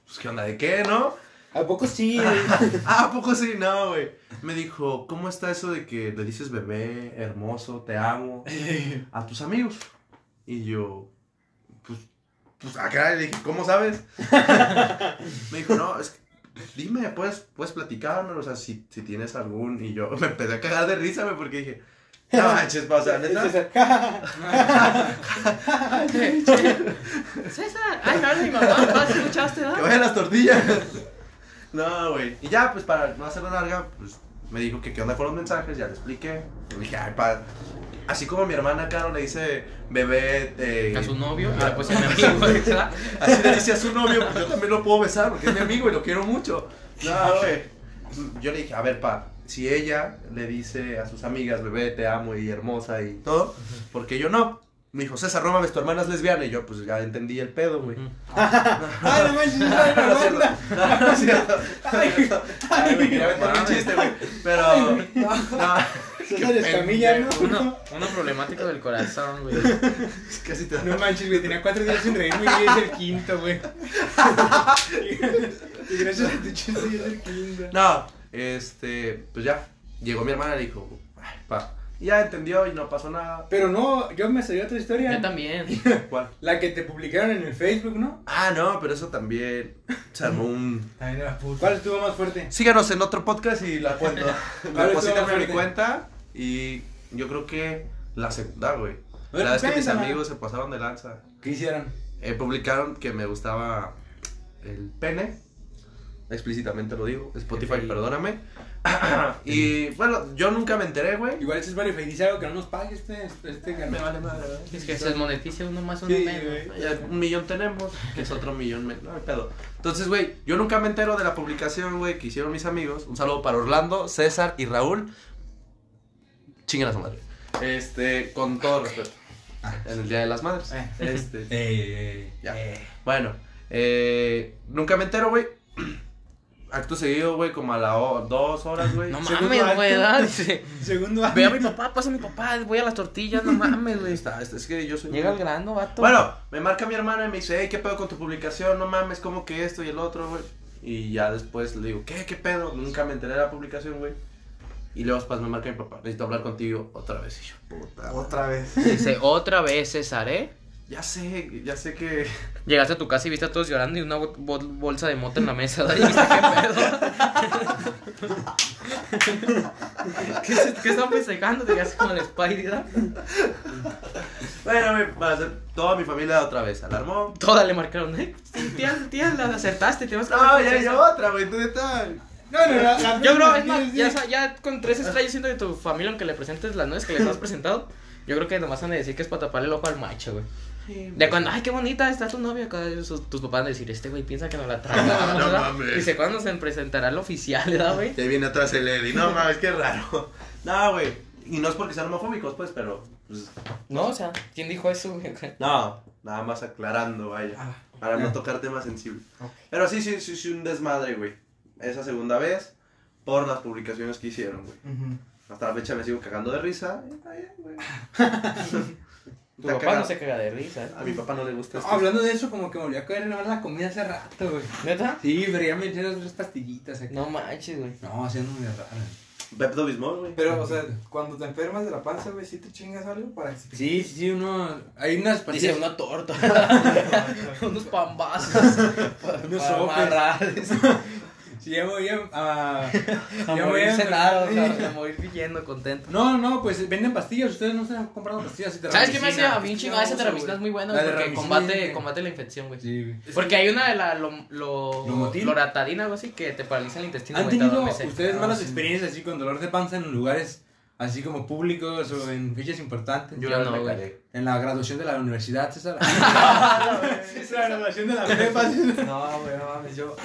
S1: pues, ¿qué onda de qué, no?
S2: ¿A poco sí?
S1: Ah, ¿a poco sí? No, güey. Me dijo, ¿cómo está eso de que le dices bebé, hermoso, te amo, a tus amigos? Y yo, pues, pues, acá le dije, ¿cómo sabes? me dijo, no, es que, dime, puedes, puedes platicármelo, o sea, si, si tienes algún. Y yo me empecé a cagar de risa, güey, porque dije, no manches, pa, o sea, neta.
S4: César, ay, claro, mi mamá, papá, ¿sí escuchaste,
S1: Que
S4: ¿verdad?
S1: vayan las tortillas. No, güey. Y ya, pues para no hacerlo larga, pues me dijo que qué onda con los mensajes, ya le expliqué. Le dije, ay, pa. Así como mi hermana Caro le dice bebé. eh,
S4: A su novio, y
S1: Ah.
S4: le puse a mi amigo, ¿verdad?
S1: Así le dice a su novio, pues yo también lo puedo besar porque es mi amigo y lo quiero mucho. No, güey. Yo le dije, a ver, pa, si ella le dice a sus amigas, bebé, te amo y hermosa y todo, porque yo no. Me dijo, César, no mames, tu hermana es lesbiana. Y yo, pues ya entendí el pedo, güey.
S9: Ay, Ah, no manches, ay,
S1: No, no
S9: no manda.
S1: es cierto. No, no es cierto. Ay, güey, quería meter un
S4: mames.
S1: chiste, güey. Pero. No,
S9: César Escamilla, ¿no?
S4: Uno, uno problemático del corazón, güey.
S1: casi te.
S9: No manches, güey, tenía cuatro días sin reírme y es el quinto, güey. Y gracias a tu chiste ya es el quinto.
S1: No, este. Pues ya. Llegó mi hermana y le dijo, "Ay, pa. Y ya entendió y no pasó nada.
S9: Pero no, yo me salió otra
S4: Yo
S9: historia.
S4: también.
S1: ¿Cuál?
S9: La que te publicaron en el Facebook, ¿no?
S1: Ah, no, pero eso también se armó un.
S3: También era puto.
S9: ¿Cuál estuvo más fuerte?
S1: Síganos en otro podcast y la cuento.
S9: Ahora
S1: Me
S9: tú
S1: depositaron mi
S9: ábrete.
S1: cuenta y yo creo que la segunda, güey.
S9: A ver,
S1: La vez que mis
S9: cuéntala.
S1: amigos se pasaron de lanza.
S9: ¿Qué hicieron?
S1: Eh, publicaron que me gustaba el pene. Explícitamente lo digo. Spotify,
S4: Efe.
S1: perdóname. y bueno, yo nunca me enteré, güey.
S9: Igual si es Spotify dice algo que no nos pague este, este canal.
S1: madre.
S4: Es que se desmonetiza uno más, uno
S9: Sí,
S4: menos.
S9: güey.
S1: Ya un millón tenemos, que es otro millón menos. No, hay pedo. Entonces, güey, yo nunca me entero de la publicación, güey, que hicieron mis amigos. Un saludo para Orlando, César y Raúl. Chinguen a su madre. Este, con todo respeto.
S4: Ah.
S1: En el Día de las Madres.
S9: Eh.
S1: Este,
S9: Ey, ey, ey.
S1: Ya.
S9: Eh.
S1: Bueno, eh, nunca me entero, güey. Acto seguido, güey, como a las dos horas, güey.
S4: No
S9: Segundo
S4: mames, güey,
S9: acto.
S4: ¿verdad? Dice,
S9: Segundo
S4: ve
S9: año.
S4: a mi papá, pasa a mi papá, voy a las tortillas, no mames, güey.
S1: Está- es que yo soy.
S4: Llega el grano, vato.
S1: Bueno, me marca mi hermana y me dice, hey, ¿qué pedo con tu publicación? No mames, ¿cómo que esto y el otro, güey? Y ya después le digo, ¿qué? ¿Qué pedo? Nunca me enteré de la publicación, güey. Y luego después me marca mi papá, necesito hablar contigo otra vez. Y yo, puta. madre.
S3: Otra vez.
S4: Dice, otra vez, César, ¿eh?
S1: Ya sé, ya sé que.
S4: Llegaste a tu casa y viste a todos llorando y una bo- bol- bolsa de mota en la mesa. ¿verdad? Y dijiste, ¿Qué pedo? ¿Qué, se- qué están festejando? Te quedaste con el Spidey, ¿verdad?
S1: Bueno, güey, para hacer toda mi familia otra vez. Alarmó.
S4: Todas le marcaron, ¿eh? Tía, tía, la acertaste, te vas a
S1: No, ya ya otra, güey, tú neta.
S9: No, no, no. la
S4: Yo creo,
S9: próxima
S4: es más,
S9: tienes-
S4: ya, sa- ya con tres estrellas siento de tu familia, aunque le presentes las nueve que les has presentado, yo creo que nomás han de decir que es para taparle el ojo al macho, güey. De cuando, ay, qué bonita está tu novia, acá sus- tus papás van a decir, este güey piensa que no la trae.
S1: No, no
S4: ¿verdad?
S1: mames.
S4: Dice, ¿cuándo se presentará el oficial, ¿verdad, güey?
S1: Ya viene atrás el Eddie. No mames, qué raro. No, güey. Y no es porque sean homofóbicos, pues, pero. pues,
S7: No, o sea, ¿quién dijo eso? güey?
S1: No, nada más aclarando, vaya.
S3: Ah,
S1: para no tocar temas sensibles. Pero sí, sí, sí, sí, un desmadre, güey. Esa segunda vez, por las publicaciones que hicieron, güey. Hasta la fecha me sigo cagando de risa. Eh, está bien, güey.
S7: Tu
S1: Está
S7: papá
S1: cagado.
S7: no se caga de risa. ¿eh?
S1: A mi papá no le gusta
S9: No,
S1: esto.
S9: Hablando de eso, como que me volvió a caer en la comida hace rato, güey.
S7: ¿Neta?
S9: Sí, pero ya me eché las tres pastillitas aquí.
S7: No manches, güey.
S9: No, haciendo muy raro.
S1: Pepto Bismol, güey.
S3: Pero, o sea, cuando te enfermas de la panza, güey, ¿sí te chingas algo para que
S9: Sí, sí, sí, uno. Hay unas
S7: Dice
S9: pastillas.
S7: una torta. Unos pambazos. para
S9: Unos
S7: para
S9: sopes.
S7: amarrar.
S2: Si ya voy a. a-
S10: A
S2: ya
S10: morir cenado,
S2: Sí.
S10: cabrón, a morir viviendo, contento.
S2: No, no, pues venden pastillas. Ustedes no se han comprado pastillas. y
S4: ¿Sabes qué me hace
S2: terramicina.
S4: a mí chingada? Esa teramicina es muy buena,
S2: La
S4: güey, porque
S2: terramicina,
S4: combate,
S2: güey.
S4: combate la infección, güey.
S2: Sí, güey.
S4: Porque hay una de la lo, lo,
S2: ¿Lomotil?
S4: loratadina, algo así, que te paraliza el intestino.
S2: ¿Han
S4: güey, te
S2: tenido
S4: adormece.
S2: ustedes
S4: Ah,
S2: malas
S4: sí.
S2: experiencias así con dolor de panza en lugares así como públicos o en fechas importantes?
S4: Yo no, güey.
S2: En la graduación de la universidad, César. la graduación de la prepa.
S3: No, güey, no mames, yo.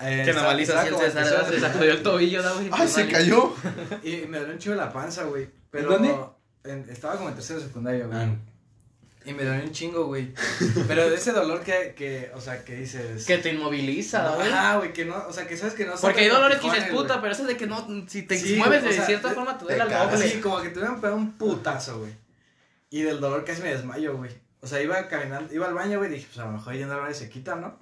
S3: Eh,
S10: Que
S3: estaba-
S10: normaliza así el
S3: estaba como-
S10: César.
S4: César se sacudió el tobillo, ¿no, güey?
S2: Ah,
S1: ¡Ay, se cayó!
S3: Y me dolió un chido la panza, güey. Pero
S2: dónde?
S3: en- estaba como en tercero de secundaria, güey.
S2: Ah, no.
S3: Y me dolió un chingo, güey. Pero de ese dolor que, que, o sea, que dices.
S4: Que te inmoviliza, ¿no, güey?
S3: Ah, güey, que no, o sea, que sabes que no.
S4: Porque hay dolores que dices,
S3: se
S4: puta, pero eso es de que no, si te
S3: Sí,
S4: mueves
S3: güey,
S4: de
S3: o sea,
S4: cierta
S3: te-
S4: forma te
S3: te
S4: duele al
S3: cagas. Sí,
S4: doble.
S3: como que te hubieran pegado un putazo, güey. Y del dolor casi me desmayo, güey. O sea, iba caminando, iba al baño, güey, y dije, pues a lo mejor yendo al baño se quita, ¿no?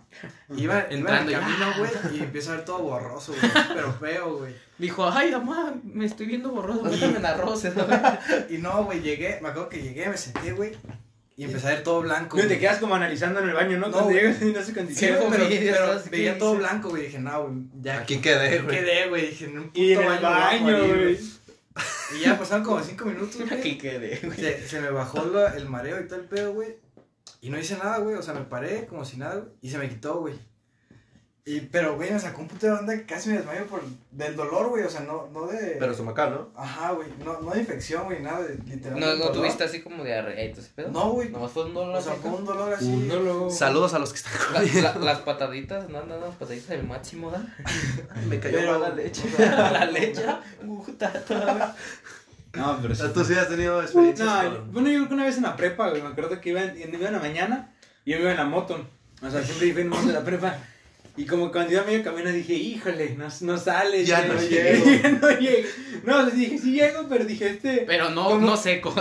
S3: Iba, iba en
S4: Entrando
S3: el
S4: y-
S3: camino, güey, y empiezo a ver todo borroso, güey, pero feo, güey.
S4: Dijo, ay, mamá, me estoy viendo borroso, métame en arroz, ¿no?
S3: Y no, güey, llegué, me acuerdo que llegué, me senté, güey, y empecé a ver todo blanco.
S2: No,
S3: güey.
S2: te quedas como analizando en el baño, ¿no?
S3: No,
S2: Cuando
S3: güey.
S2: llegas y no se
S3: Sí,
S2: condiciona.
S3: güey, pero,
S10: videos,
S3: pero
S10: ¿sabes qué
S3: veía todo
S10: dices?
S3: blanco, güey, dije, no, güey, ya
S1: Aquí quedé,
S3: aquí
S1: güey.
S3: quedé, güey, dije, en un puto
S2: Y en el
S3: me voy a
S2: baño,
S3: morir,
S2: güey.
S3: Y ya pasaron como cinco minutos, güey.
S4: Aquí quedé.
S3: Se, se me bajó la- el mareo y todo el pedo, güey. Y no hice nada, güey. O sea, me paré como si nada, güey. Y se me quitó, güey. Y, pero, güey, me sacó un puto de onda que casi me desmayo por, del dolor, güey. O sea, no, no de.
S1: Pero estomacal, ¿no?
S3: Ajá, güey. No, no de infección, güey, nada, de, literal.
S10: No,
S3: del
S10: no
S3: dolor.
S10: tuviste así como diarrea y todo ese pedo.
S3: No, güey.
S10: Nomás fue un dolor
S3: O
S10: así.
S3: sea, fue
S10: como-
S3: un dolor así.
S2: Un dolor.
S1: Saludos a los que están
S10: La- la- las pataditas, no, no, las pataditas del máximo, ¿da?
S1: Me
S3: Pero-
S1: leche.
S3: o sea,
S10: La leche, puta, toda-
S2: No, pero sí.
S1: ¿Tú sí has tenido experiencias
S2: No, yo-
S1: con-
S2: bueno, yo creo que una vez en la prepa, güey, me acuerdo que iba en, iba en la mañana y yo me iba en la moto. O sea, siempre iba en moto de la prepa. Y como cuando iba a medio camino dije, híjole, no, no sale.
S1: Ya no llego.
S2: Ya no llego. No, o sea, dije, sí llego, pero dije, este...
S4: Pero no,
S2: ¿Cómo?
S4: no seco.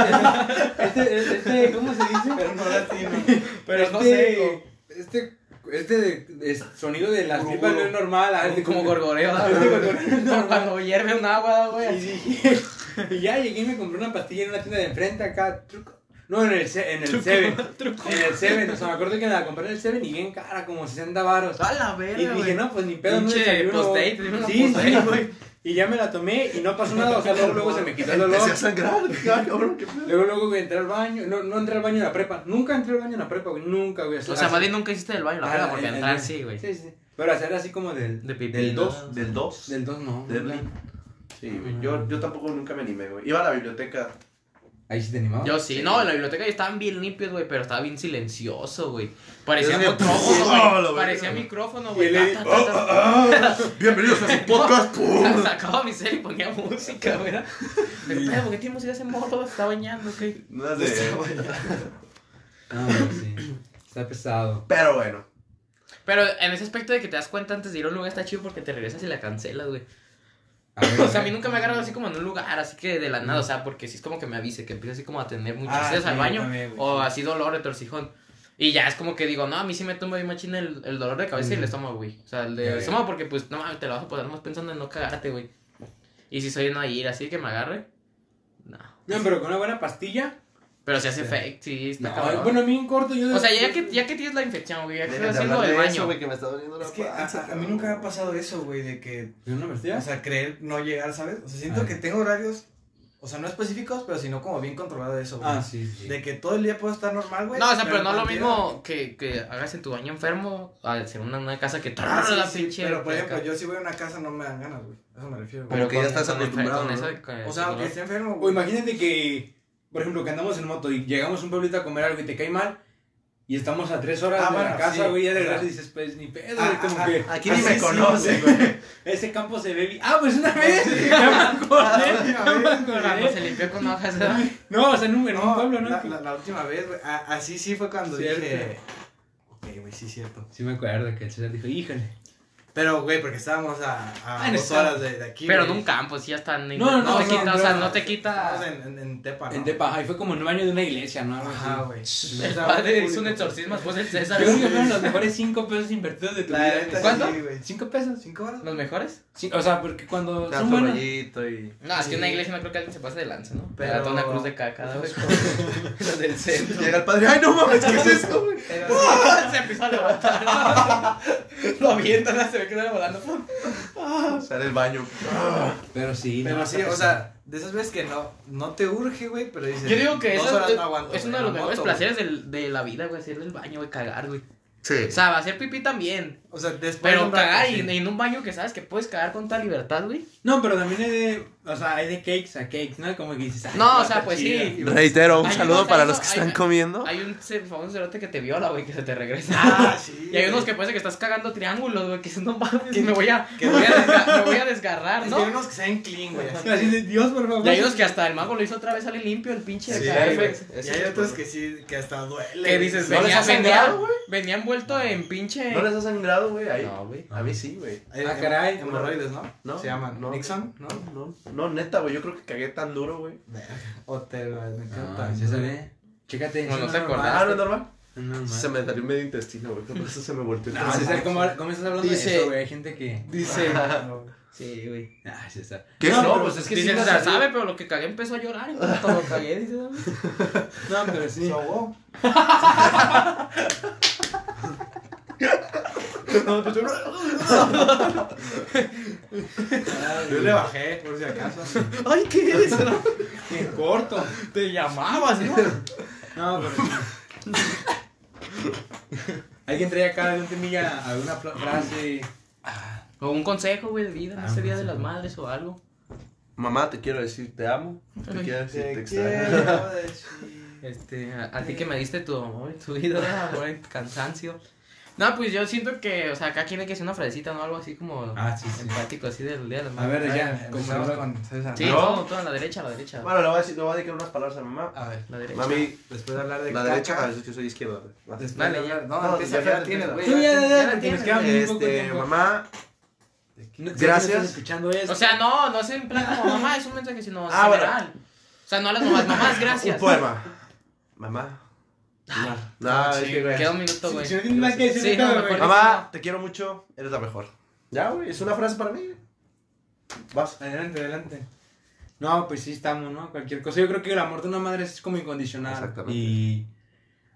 S2: Este, este, este, este, ¿cómo se dice?
S3: Pero no latino.
S2: Pero
S4: no
S2: este, este, este de- es- sonido de las tripas no es normal. ah,
S4: Como-
S2: es
S4: Como gorgoreo, ¿no?
S2: Este gorgoreo es
S4: Como
S2: normal.
S4: cuando hierve un agua, ¿no,
S2: Y
S4: güey.
S2: dije, y ya llegué y me compré una pastilla en una tienda de enfrente acá, truco. No, en el, se- en el Seven. En el Seven, o sea, me acuerdo que la compré en el Seven y bien cara, como 60 varos. ah,
S4: A la verga,
S2: Y dije,
S4: güey.
S2: no, pues ni pedo, no
S4: Pinche
S2: desayuno.
S4: post-date, dime una
S2: Sí, sí,
S4: post-date,
S2: güey. Y ya me la tomé y no pasó nada, o sea, luego, luego se me quitó el dolor.
S1: Empecé a sangrar. Ah, cabrón, qué pedo.
S2: Luego, luego, güey, entré al baño. No, no entré al baño en la prepa. Nunca entré al baño en la prepa, güey. Nunca, güey.
S4: O sea, más bien nunca hiciste el baño, la
S2: Ah,
S4: verdad,
S2: en-
S4: porque
S2: en-
S4: entrar sí, güey.
S2: Sí, sí. Pero hacer así como del.
S4: De pipí.
S2: Del
S4: ¿no?
S2: 2.
S1: Del 2.
S2: Del 2, no.
S1: Del Blink. Sí, güey. Yo, yo tampoco nunca me animé, güey. Iba a la biblioteca.
S2: Ahí sí te animaba.
S4: Yo sí, no, en la biblioteca ya estaban bien limpios, güey, pero estaba bien silencioso, güey. Parecía
S1: Es que-
S4: micrófono,
S1: ¡Oh, la
S4: güey. Parecía
S1: verga!
S4: micrófono,
S2: Y
S4: güey.
S2: le-
S4: Ta, ta, ta, ta.
S1: Bienvenidos a su podcast.
S4: Sa- Sacaba mi cel y ponía música, güey. ¿no? Pero, pedo, ¿por qué tiene música ese morro? Está bañando, ¿qué?
S1: No sé.
S2: Ah, bueno, sí. Está pesado.
S1: Pero bueno.
S4: Pero en ese aspecto de que te das cuenta antes de ir a un lugar está chido porque te regresas y la cancelas, güey.
S2: A ver,
S4: O sea, a mí nunca me ha agarrado así como en un lugar, así que de la nada, o sea, porque sí es como que me avise, que empiezo así como a tener
S3: Ah,
S4: muchas veces
S3: sí,
S4: al baño,
S3: también, güey,
S4: o
S3: sí.
S4: así dolor, retorcijón. Y ya es como que digo, no, a mí sí me tumba bien machina el, el dolor de cabeza y el
S2: Mm.
S4: estómago, güey. O sea, el
S2: Ya,
S4: de
S2: ya.
S4: estómago porque pues no mames, te lo vas a pasar más pensando en no cagarte, güey. Y si soy una ir así que me agarre, no.
S2: No, pero con una buena pastilla.
S4: Pero si hace
S2: Sí.
S4: fake, sí, está
S2: No,
S4: cabrón.
S2: bueno, a mí en corto yo.
S4: o sea, ya que, ya que tienes la infección, güey, ya que
S1: Dejen
S4: estás
S1: de
S4: haciendo
S1: hablar
S4: el
S1: de
S4: baño.
S1: eso, güey, que me está doliendo la
S3: Es que a,
S1: panza,
S3: a- a mí
S1: cabrón.
S3: nunca me ha pasado eso, güey, de que.
S2: ¿Es una pastilla?
S3: O sea, creer no llegar, ¿sabes? O sea, siento
S2: Ah.
S3: que tengo horarios. O sea, no específicos, pero sino como bien controlado de eso, güey.
S2: ah, sí, sí.
S3: De que todo el día puedo estar normal, güey.
S4: No, o sea, pero no lo
S3: cuando
S4: mismo que, que hagas en tu baño enfermo al ser una, una casa que
S3: quiero-
S4: tarda
S3: Ah, sí,
S4: la
S3: sí,
S4: pinche.
S3: Pero por ejemplo,
S4: caca.
S3: yo si voy a una casa no me dan ganas, güey. A Eso me refiero. güey.
S1: Pero que ya
S4: con-
S1: estás
S4: con enfer-
S1: acostumbrado,
S4: con
S1: ¿no?
S4: eso- con-
S3: o sea,
S4: con-
S3: aunque esté enfermo,
S2: O
S3: güey.
S2: imagínate que, por ejemplo, que andamos en moto y llegamos a un pueblito a comer algo y te cae mal. Y estamos a tres horas
S3: Ah,
S2: de la
S3: bueno,
S2: casa,
S3: sí.
S2: güey, ya de
S3: O sea,
S2: regreso y dices, pues ni pedo,
S3: ah,
S2: güey, como
S3: ah,
S2: que.
S1: Aquí ni
S2: así
S1: me
S2: sí,
S1: conoce,
S2: güey.
S1: güey.
S2: Ese campo se ve bien. Ah, pues una vez. ya me
S3: Ah,
S2: acordé, ya me
S4: con la-
S2: acordé.
S4: se limpió con hojas, ¿verdad?
S2: No, o sea, en un, en un
S3: No,
S2: pueblo, ¿no?
S3: La, la- la última vez, güey. a- Así sí fue cuando
S2: Cierto.
S3: dije. Ok, güey, sí, cierto.
S2: Sí, me acuerdo que el César dijo, híjole.
S3: Pero, güey, porque estábamos a, a
S2: Ah, en
S3: dos
S2: estado.
S3: horas de, de aquí.
S4: Pero
S3: güey.
S4: en un campo, sí, hasta en-
S2: No, no,
S4: no te
S2: no,
S4: quita,
S2: no,
S4: o sea,
S2: no,
S4: no te quita.
S3: Estábamos en, en, en Tepa, ¿no?
S2: En Tepa, ahí fue como en un baño de una iglesia, ¿no? Algo
S3: Ajá,
S2: así.
S3: güey.
S4: El padre hizo un
S3: pues.
S4: exorcismo después del
S2: Yo
S4: César.
S2: creo que fueron los mejores 5 pesos invertidos de tu
S3: La
S2: vida.
S3: neta,
S4: ¿Cuánto?
S3: sí, güey.
S2: ¿Cinco pesos?
S3: ¿Cinco horas?
S4: ¿Los mejores?
S2: Sí, o sea, porque cuando
S1: Da
S2: son
S1: tu
S2: buenos.
S1: rollito y...
S4: No, es que
S3: Sí.
S4: en una iglesia no creo que alguien se pase de lanza, ¿no?
S3: Pero-
S4: Pero toda una cruz de caca, ¿no? Los del centro.
S1: Llega el padre, ¡ay, no mames! ¿Qué es esto, güey?
S4: Se empezó a levantar.
S7: Lo avientan, se ve que sale volando. ¡pum!
S1: Sale el baño.
S2: Pero sí.
S3: Pero
S2: no,
S3: sí, o sea, de esas veces que no, no te urge, güey, pero dices.
S4: Yo digo que
S3: dos
S4: eso
S3: horas
S4: es,
S3: no aguanto,
S4: es
S3: güey,
S4: uno de
S3: en
S4: los
S3: la
S4: mejores
S3: moto,
S4: placeres del- de la vida, güey, hacer el baño, güey, cagar, güey.
S1: Sí.
S4: O sea, hacer pipí también.
S3: güey. O sea, después. de
S4: Pero
S3: un rato,
S4: cagar y
S3: sí.
S4: y en un baño que sabes que puedes cagar con toda libertad, güey.
S9: No, pero también hay de. O sea, hay de cakes a cakes, ¿no? Como que dices. ay,
S4: No, o
S9: está
S4: sea, pues
S9: chido.
S4: sí.
S1: Reitero, un
S4: Hay
S1: saludo
S4: unos-
S1: para
S4: hay
S1: los
S4: unos-
S1: que
S4: hay-
S1: están
S4: hay-
S1: comiendo.
S4: Hay un se- famoso cerote que te viola, güey, que se te regresa.
S3: Ah, sí.
S4: Y hay unos
S3: güey.
S4: que parece que estás cagando triángulos, güey, que dices, no mames, me voy a,
S3: que-
S4: me voy a, desga- me voy a desgarrar,
S3: Y hay
S4: ¿no?
S3: unos que saben clean, güey. así.
S9: Así de, Dios, por favor.
S4: Y hay unos que hasta el mago lo hizo otra vez, sale limpio el pinche de
S3: Sí,
S4: cagar,
S3: güey.
S4: güey.
S3: Y hay otros que sí, que hasta duele.
S4: Que dices,
S1: ¿No les
S4: venía,
S1: ha
S4: venía,
S1: sangrado,
S4: venía envuelto en pinche...
S1: ¿No les ha sangrado, güey? Ahí.
S4: No, güey.
S1: A mí sí, güey.
S3: Ah,
S9: Ah, caray.
S3: Hemorroides, ¿no?
S1: No,
S3: Se llaman.
S1: no.
S3: Nixon, ¿no?
S1: No, no, neta, güey. Yo creo que cagué tan duro, güey.
S3: O te lo me encanta.
S2: Ah, sí se ve. Chécate.
S4: Bueno,
S2: eso
S4: ¿te
S2: normal.
S1: Ah, no es normal.
S2: No, normal.
S1: Se me salió medio intestino, güey. Por eso se me volteó el
S2: Ah,
S1: intestino.
S2: César, ¿cómo, cómo estás hablando
S4: Dice-
S2: de eso, güey? Hay gente que.
S4: Dice...
S3: No.
S4: Sí, güey.
S2: Ah, César.
S1: ¿Qué?
S2: No,
S1: No,
S2: pero
S1: pues es
S4: Es
S1: que
S4: que sí,
S1: sí me
S4: o sea,
S1: salió.
S4: sabe, pero lo que cagué empezó a llorar. Y cuando lo cagué, dice, "No".
S9: No, pero sí.
S3: Se ahogó. Yo le bajé, por si acaso.
S4: Ay, ¿qué es? No?
S9: En corto.
S4: Te llamabas, ¿no?
S9: No, pero sí. Alguien trae acá de un temilla alguna fra- frase.
S4: O un consejo, güey, de vida, no
S2: Ah,
S4: este día
S2: un
S4: de las
S2: consejo.
S4: madres o algo.
S1: Mamá, te quiero decir, te amo. Te
S4: Ay,
S1: quiero decir, te
S3: Te
S1: extraño.
S3: quiero decir.
S4: Este, a, a ti que me diste tu amor, tu vida, ¿no? amor en cansancio. No, pues yo siento que, o sea, acá quiere que sea una frasecita, ¿no? Algo así como
S2: Ah, sí, sí.
S4: empático, así del día de las
S9: A
S4: madres.
S9: ver, ya.
S3: Ay,
S9: como
S3: empezamos
S9: nos-
S3: con César.
S4: Sí,
S1: ¿no?
S4: todo, todo a la derecha, a la derecha.
S1: Bueno, le voy a decir, le voy a dedicar unas palabras a mi mamá.
S3: A ver,
S4: La derecha.
S1: Mami,
S3: después de hablar de
S1: la
S3: caca,
S1: derecha, a veces que soy izquierda. güey.
S3: Después
S4: Dale,
S3: de hablar.
S4: ya.
S3: No,
S1: No,
S3: empieza,
S1: ya,
S3: ya
S1: ya
S3: la tienes,
S1: empieza.
S3: güey.
S9: Tú ya, ya, ya,
S4: Ya la
S9: porque nos
S4: tienes.
S9: queda muy poco
S1: Este,
S9: tiempo.
S1: mamá.
S9: No, si
S1: gracias.
S9: estás escuchando esto.
S4: O sea, no, no es en plan como mamá, es un mensaje, sino
S1: Ah, bueno.
S4: general. O sea, no a las mamás, mamás,
S1: Un
S4: gracias. Ah,
S1: poema. Mamá. No, es que, güey.
S4: Queda un minuto, güey.
S9: Si no tienes más que decir,
S4: Sí,
S9: ahorita,
S4: no,
S9: güey.
S4: mejor.
S1: Mamá, te quiero mucho, eres la mejor. Ya, güey, es una frase para mí. Vas.
S9: Adelante, adelante. No, pues sí estamos, ¿no? Cualquier cosa. Yo creo que el amor de una madre es como incondicional.
S1: Exactamente.
S9: Y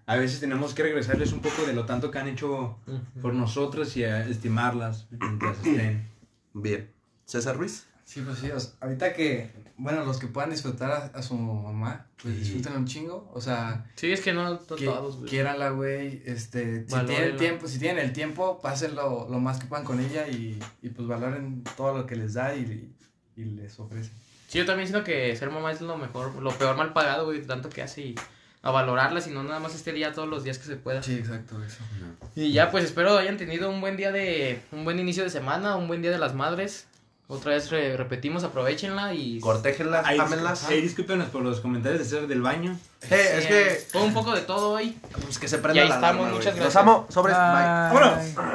S9: a veces tenemos que regresarles un poco de lo tanto que han hecho por nosotros y a estimarlas mientras estén.
S1: Bien. César Ruiz.
S3: Sí, pues sí, o sea, ahorita que, bueno, los que puedan disfrutar a, a su mamá, pues
S2: Sí.
S3: disfruten un chingo, o sea,
S4: Sí, es que no, no
S3: que,
S4: todos, güey.
S3: quiéranla, güey, este, si
S4: Valórenla.
S3: tienen el tiempo, si tienen el tiempo, pásenlo lo más que puedan con ella y, y pues valoren todo lo que les da y, y les ofrece.
S4: Sí, yo también siento que ser mamá es lo mejor, lo peor mal pagado, güey, tanto que hace y a valorarla, sino nada más este día, todos los días que se pueda.
S3: Sí, exacto, eso.
S4: Y ya, pues espero hayan tenido un buen día de, un buen inicio de semana, un buen día de las madres. Otra vez re- repetimos, aprovechenla y...
S1: Cortéjenlas,
S9: Ahí,
S1: ámenlas.
S9: ahí discúlpenos por los comentarios de ser del baño.
S1: Eh, es
S4: Sí,
S1: que,
S4: Fue un poco de todo hoy.
S1: pues que se prenda
S4: ahí
S1: la alarma,
S4: estamos, muchas
S1: güey.
S4: gracias.
S1: Los amo, sobres, bye.
S3: ¡Vámonos!